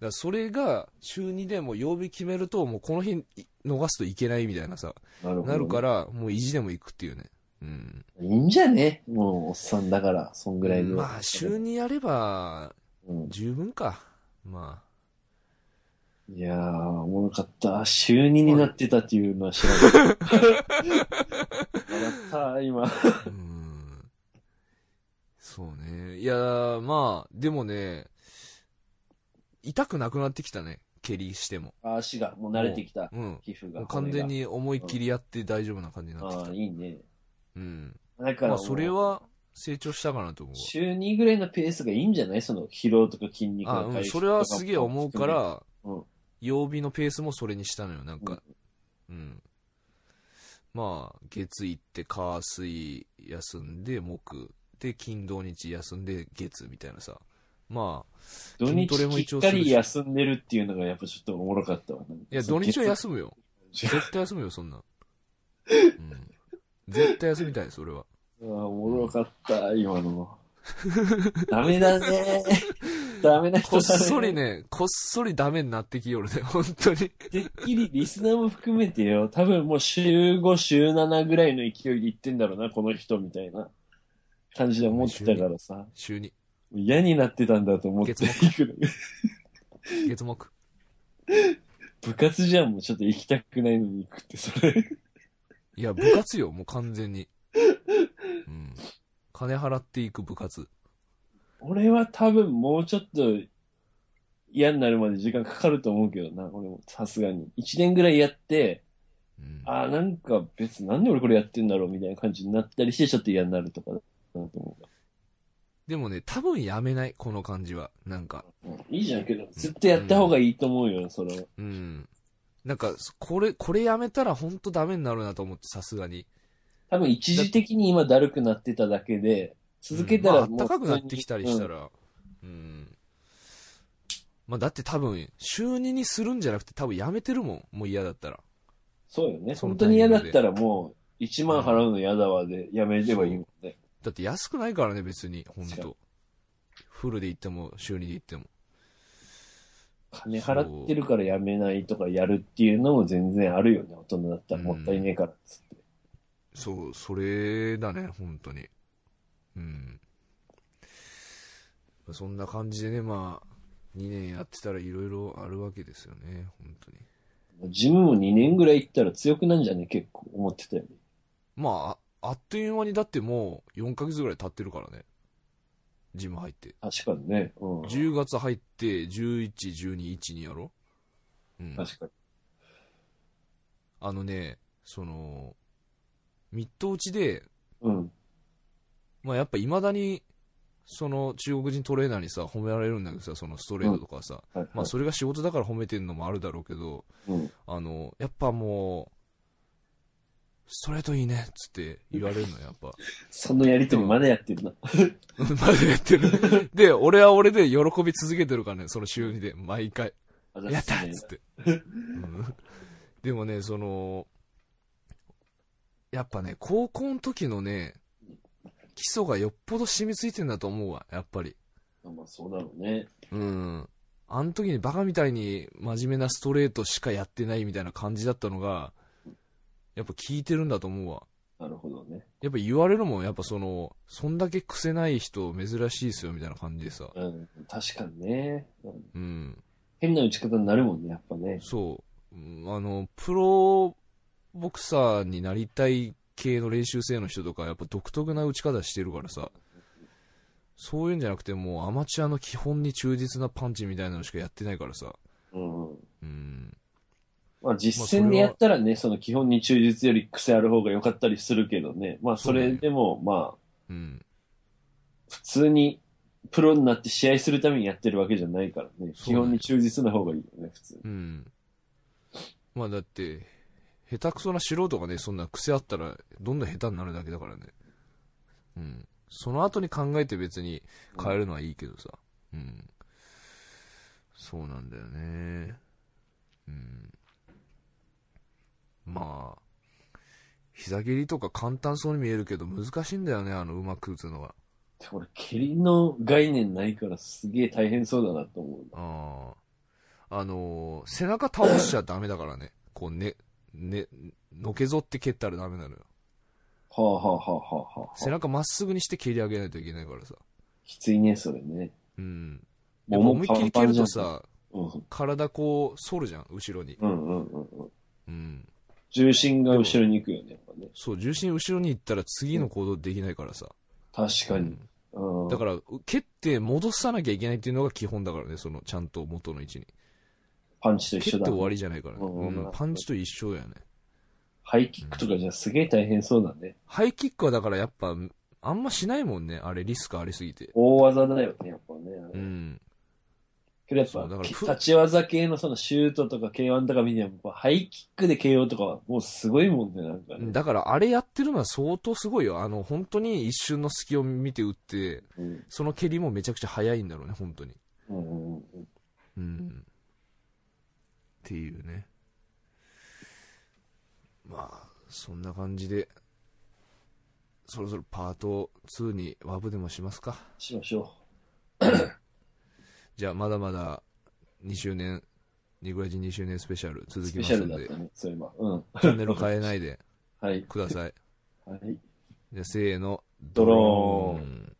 [SPEAKER 1] だからそれが、週2でもう曜日決めると、もうこの日い逃すといけないみたいなさ、
[SPEAKER 3] なるほどね
[SPEAKER 1] なるから、もう意地でも行くっていうね。うん。
[SPEAKER 3] いいんじゃねもう、おっさんだから、そんぐらいで。
[SPEAKER 1] まあ、週2やれば、
[SPEAKER 3] うん
[SPEAKER 1] 十分か。まあ。
[SPEAKER 3] いやー、おもろかった。週2になってたっていうのは知らな かった。笑った、今。
[SPEAKER 1] うんそうね。いやー、まあ、でもね、痛くなくなってきたね、蹴りしても。
[SPEAKER 3] 足が、もう慣れてきた
[SPEAKER 1] うん。
[SPEAKER 3] 皮膚
[SPEAKER 1] も
[SPEAKER 3] が。
[SPEAKER 1] う完全に思い切りやって大丈夫な感じに
[SPEAKER 3] 骨
[SPEAKER 1] なって
[SPEAKER 3] が。
[SPEAKER 1] き
[SPEAKER 3] ああ、
[SPEAKER 1] た。
[SPEAKER 3] いいね。
[SPEAKER 1] うん。
[SPEAKER 3] だから、
[SPEAKER 1] まあ、それ、は成長したかなと思うわ。
[SPEAKER 3] 週2ぐらいのペースがいいんじゃないその疲労とか筋肉
[SPEAKER 1] あ、
[SPEAKER 3] の
[SPEAKER 1] う
[SPEAKER 3] 回
[SPEAKER 1] ん、
[SPEAKER 3] 復
[SPEAKER 1] そ
[SPEAKER 3] とか
[SPEAKER 1] れはすげえ思うか、ら、
[SPEAKER 3] うん
[SPEAKER 1] 曜日のペースもそれにしたのよ、なんか。うん。まあ、月行って、火水休んで、木。で、金土日休んで、月みたいなさ。まあ、
[SPEAKER 3] 土
[SPEAKER 1] 筋
[SPEAKER 3] 日
[SPEAKER 1] トレも一
[SPEAKER 3] き
[SPEAKER 1] 応
[SPEAKER 3] っ
[SPEAKER 1] する
[SPEAKER 3] か
[SPEAKER 1] し
[SPEAKER 3] り休んでるっていうのがやっぱちょっとおもろかったわ。
[SPEAKER 1] いや、土日は
[SPEAKER 3] む
[SPEAKER 1] 休む よ。絶対休むよ、そんな。うん。絶対休みたい、それは。
[SPEAKER 3] うわおもろかった、今の。ダメだね。ダメな人
[SPEAKER 1] こっ
[SPEAKER 3] だね。
[SPEAKER 1] そり。ね、こっそりダメになってきよるね、 本当に。
[SPEAKER 3] てっきりリスナーも含めてよ。多分もう週5、週7ぐらいの勢いでいってんだろうな、この人みたいな感じで思ってたからさ。
[SPEAKER 1] 週に。
[SPEAKER 3] 嫌になってたんだと思って
[SPEAKER 1] 月
[SPEAKER 3] 行くの。
[SPEAKER 1] 月木。
[SPEAKER 3] 部活じゃん、もうちょっと行きたくないのに行くって、それ。
[SPEAKER 1] いや、部活よ、もう完全に。うん。金払っていく部活。
[SPEAKER 3] 俺は多分もうちょっと嫌になるまで時間かかると思うけどな、俺もさすがに。1年ぐらいやって、
[SPEAKER 1] うん。
[SPEAKER 3] ああ、なんか別になんで俺これやってんだろうみたいな感じになったりして、ちょっと嫌になるとかだなと思
[SPEAKER 1] でもね、多分やめない、この感じは。なんか。
[SPEAKER 3] う。いいじゃんけど、ずっとやった方がいいと思うよ、それは。
[SPEAKER 1] うん。なんか、これ、これやめたら本当ダメになるなと思って、さすがに。
[SPEAKER 3] 多分一時的に今だるくなってただけで、続けた
[SPEAKER 1] ま
[SPEAKER 3] ら
[SPEAKER 1] あ、
[SPEAKER 3] もう、
[SPEAKER 1] 暖かくなってきたりした
[SPEAKER 3] うん
[SPEAKER 1] ら。うん。まあ、だって多分、週2にするんじゃなくて、多分やめてるもん。もう嫌だったら。
[SPEAKER 3] そうよね。
[SPEAKER 1] その
[SPEAKER 3] 本
[SPEAKER 1] タ
[SPEAKER 3] 当
[SPEAKER 1] イミン
[SPEAKER 3] に
[SPEAKER 1] グで
[SPEAKER 3] 嫌だったらもう、1万払うの嫌だわで、やめればいいもんね。
[SPEAKER 1] だって安くないからね、別に。本
[SPEAKER 3] 違
[SPEAKER 1] 当フルで行っても、週2で行っても。
[SPEAKER 3] 金払ってるからやめないとかやるっていうのも全然あるよね、大人だったら。もったいねえからっつって。
[SPEAKER 1] そう、それだね、本当に。うん。まあそんな感じでね、まあ、2年やってたらいろいろあるわけですよね、本当に。
[SPEAKER 3] ジムも2年ぐらい行ったら強くなんじゃね結構思ってたよね。
[SPEAKER 1] まあ、ああっという間にだってもう4ヶ月ぐらい経ってるからね。ジム入って。
[SPEAKER 3] 確かにね。うん。
[SPEAKER 1] 10月入って、11、12、12やろうん。
[SPEAKER 3] 確かに。
[SPEAKER 1] あのね、その、ミット打ちで、
[SPEAKER 3] うん。
[SPEAKER 1] まあやっぱ未だに、その中国人トレーナーにさ、褒められるんだけどさ、そのストレートとかさ、
[SPEAKER 3] はい
[SPEAKER 1] まあそれが仕事だから褒めてるのもあるだろうけど、
[SPEAKER 3] うん。
[SPEAKER 1] あの、やっぱもう、ストレートいいねっつって言われるのやっぱ。
[SPEAKER 3] そのやりとりまだやってるな。
[SPEAKER 1] まだやってる。で、俺は俺で喜び続けてるからね、その週にで、毎回。やったっつって。うんでもね、その、やっぱね、高校の時のね、基礎がよっぽど染みついてんだと思うわ、やっぱり。
[SPEAKER 3] まあそうだろうね。
[SPEAKER 1] うん。あの時にバカみたいに真面目なストレートしかやってないみたいな感じだったのが、やっぱ聞いてるんだと思うわ。
[SPEAKER 3] なるほどね。
[SPEAKER 1] やっぱ言われるもん、やっぱその、そんだけ癖ない人珍しいですよみたいな感じでさ。
[SPEAKER 3] うん。確かにね。うん
[SPEAKER 1] うん。
[SPEAKER 3] 変な打ち方になるもんね、やっぱね。
[SPEAKER 1] そう。うんあの、プロボクサーになりたい系の練習生の人とか、やっぱ独特な打ち方してるからさ。そういうんじゃなくて、もうアマチュアの基本に忠実なパンチみたいなのしかやってないからさ。
[SPEAKER 3] うん。
[SPEAKER 1] うん。
[SPEAKER 3] まあ実践でやったらね、その基本に忠実より癖ある方が良かったりするけどね。まあそれでも、まあ
[SPEAKER 1] うん。
[SPEAKER 3] 普通にプロになって試合するためにやってるわけじゃないからね。
[SPEAKER 1] そう
[SPEAKER 3] 基
[SPEAKER 1] だね
[SPEAKER 3] 本に忠実な方がいいよね、普通。
[SPEAKER 1] うん。まあだって、下手くそな素人がね、そんな癖あったら、どんどん下手になるだけだからね。うん。その後に考えて別に変えるのはいいけどさ。うん。そうなんだよね。うん。まあ、膝蹴りとか簡単そうに見えるけど難しいんだよね、あの、うまく打つのが。
[SPEAKER 3] で俺、蹴りの概念ないからすげえ大変そうだなと思うな。
[SPEAKER 1] ああ。あのー背中倒しちゃダメだからね。こう、ね、ね、のけぞって蹴ったらダメなのよ。
[SPEAKER 3] はあはあはあはあは
[SPEAKER 1] 背
[SPEAKER 3] あ。
[SPEAKER 1] 中まっすぐにして蹴り上げないといけないからさ。
[SPEAKER 3] きついね、それね。
[SPEAKER 1] うん。やっぱ
[SPEAKER 3] もう
[SPEAKER 1] 思いっきり蹴るとさ、
[SPEAKER 3] うん。
[SPEAKER 1] 体こう、反るじゃん、後ろに。
[SPEAKER 3] うんうんうんうん。
[SPEAKER 1] うん。
[SPEAKER 3] 重心が後ろに行くよね、やっぱね。
[SPEAKER 1] そう、重心後ろに行ったら次の行動できないからさ。
[SPEAKER 3] 確かに。うん。
[SPEAKER 1] うんだ
[SPEAKER 3] だか
[SPEAKER 1] から、蹴って戻さなきゃいけないっていうのが基本だからね、その、ちゃんと元の位置に。
[SPEAKER 3] パンチと
[SPEAKER 1] 蹴
[SPEAKER 3] 一緒
[SPEAKER 1] って
[SPEAKER 3] だ。
[SPEAKER 1] 終わりじゃないからね、
[SPEAKER 3] うん
[SPEAKER 1] うんパンチと一緒だよね。
[SPEAKER 3] ハイキックとかじゃすげえ大変そうだね。
[SPEAKER 1] ハイキックはだからやっぱ、あんましないもんね。あれ、リスクありすぎて。
[SPEAKER 3] 大技だよね、やっぱね。
[SPEAKER 1] うん。
[SPEAKER 3] けどやっ
[SPEAKER 1] そうだ
[SPEAKER 3] ぱ、
[SPEAKER 1] から
[SPEAKER 3] き
[SPEAKER 1] ふ
[SPEAKER 3] 立ち技系のそのシュートとか K1 とか見には、もうハイキックで KO とかはもうすごいもんね、なんかね。
[SPEAKER 1] だから、あれやってるのは相当すごいよ。あの、本当に一瞬の隙を見て打って、
[SPEAKER 3] うん
[SPEAKER 1] その蹴りもめちゃくちゃ速いんだろうね、本当に。
[SPEAKER 3] うんうんうん
[SPEAKER 1] うん。っていうね。まあ、そんな感じで、そろそろパート2にワブでもしますか。
[SPEAKER 3] しましょ
[SPEAKER 1] じゃあ、まだまだ2周年、ニグラジ2周年スペシャル
[SPEAKER 3] う。
[SPEAKER 1] 続
[SPEAKER 3] ス
[SPEAKER 1] き
[SPEAKER 3] ペ
[SPEAKER 1] ま
[SPEAKER 3] シ
[SPEAKER 1] す
[SPEAKER 3] ャル
[SPEAKER 1] ん
[SPEAKER 3] だっ
[SPEAKER 1] で、
[SPEAKER 3] たね、そういえば。うん。
[SPEAKER 1] チャンネル変えないで
[SPEAKER 3] はい。
[SPEAKER 1] ください。
[SPEAKER 3] はい。
[SPEAKER 1] じゃあ、せーの、
[SPEAKER 3] ドローン
[SPEAKER 1] ン。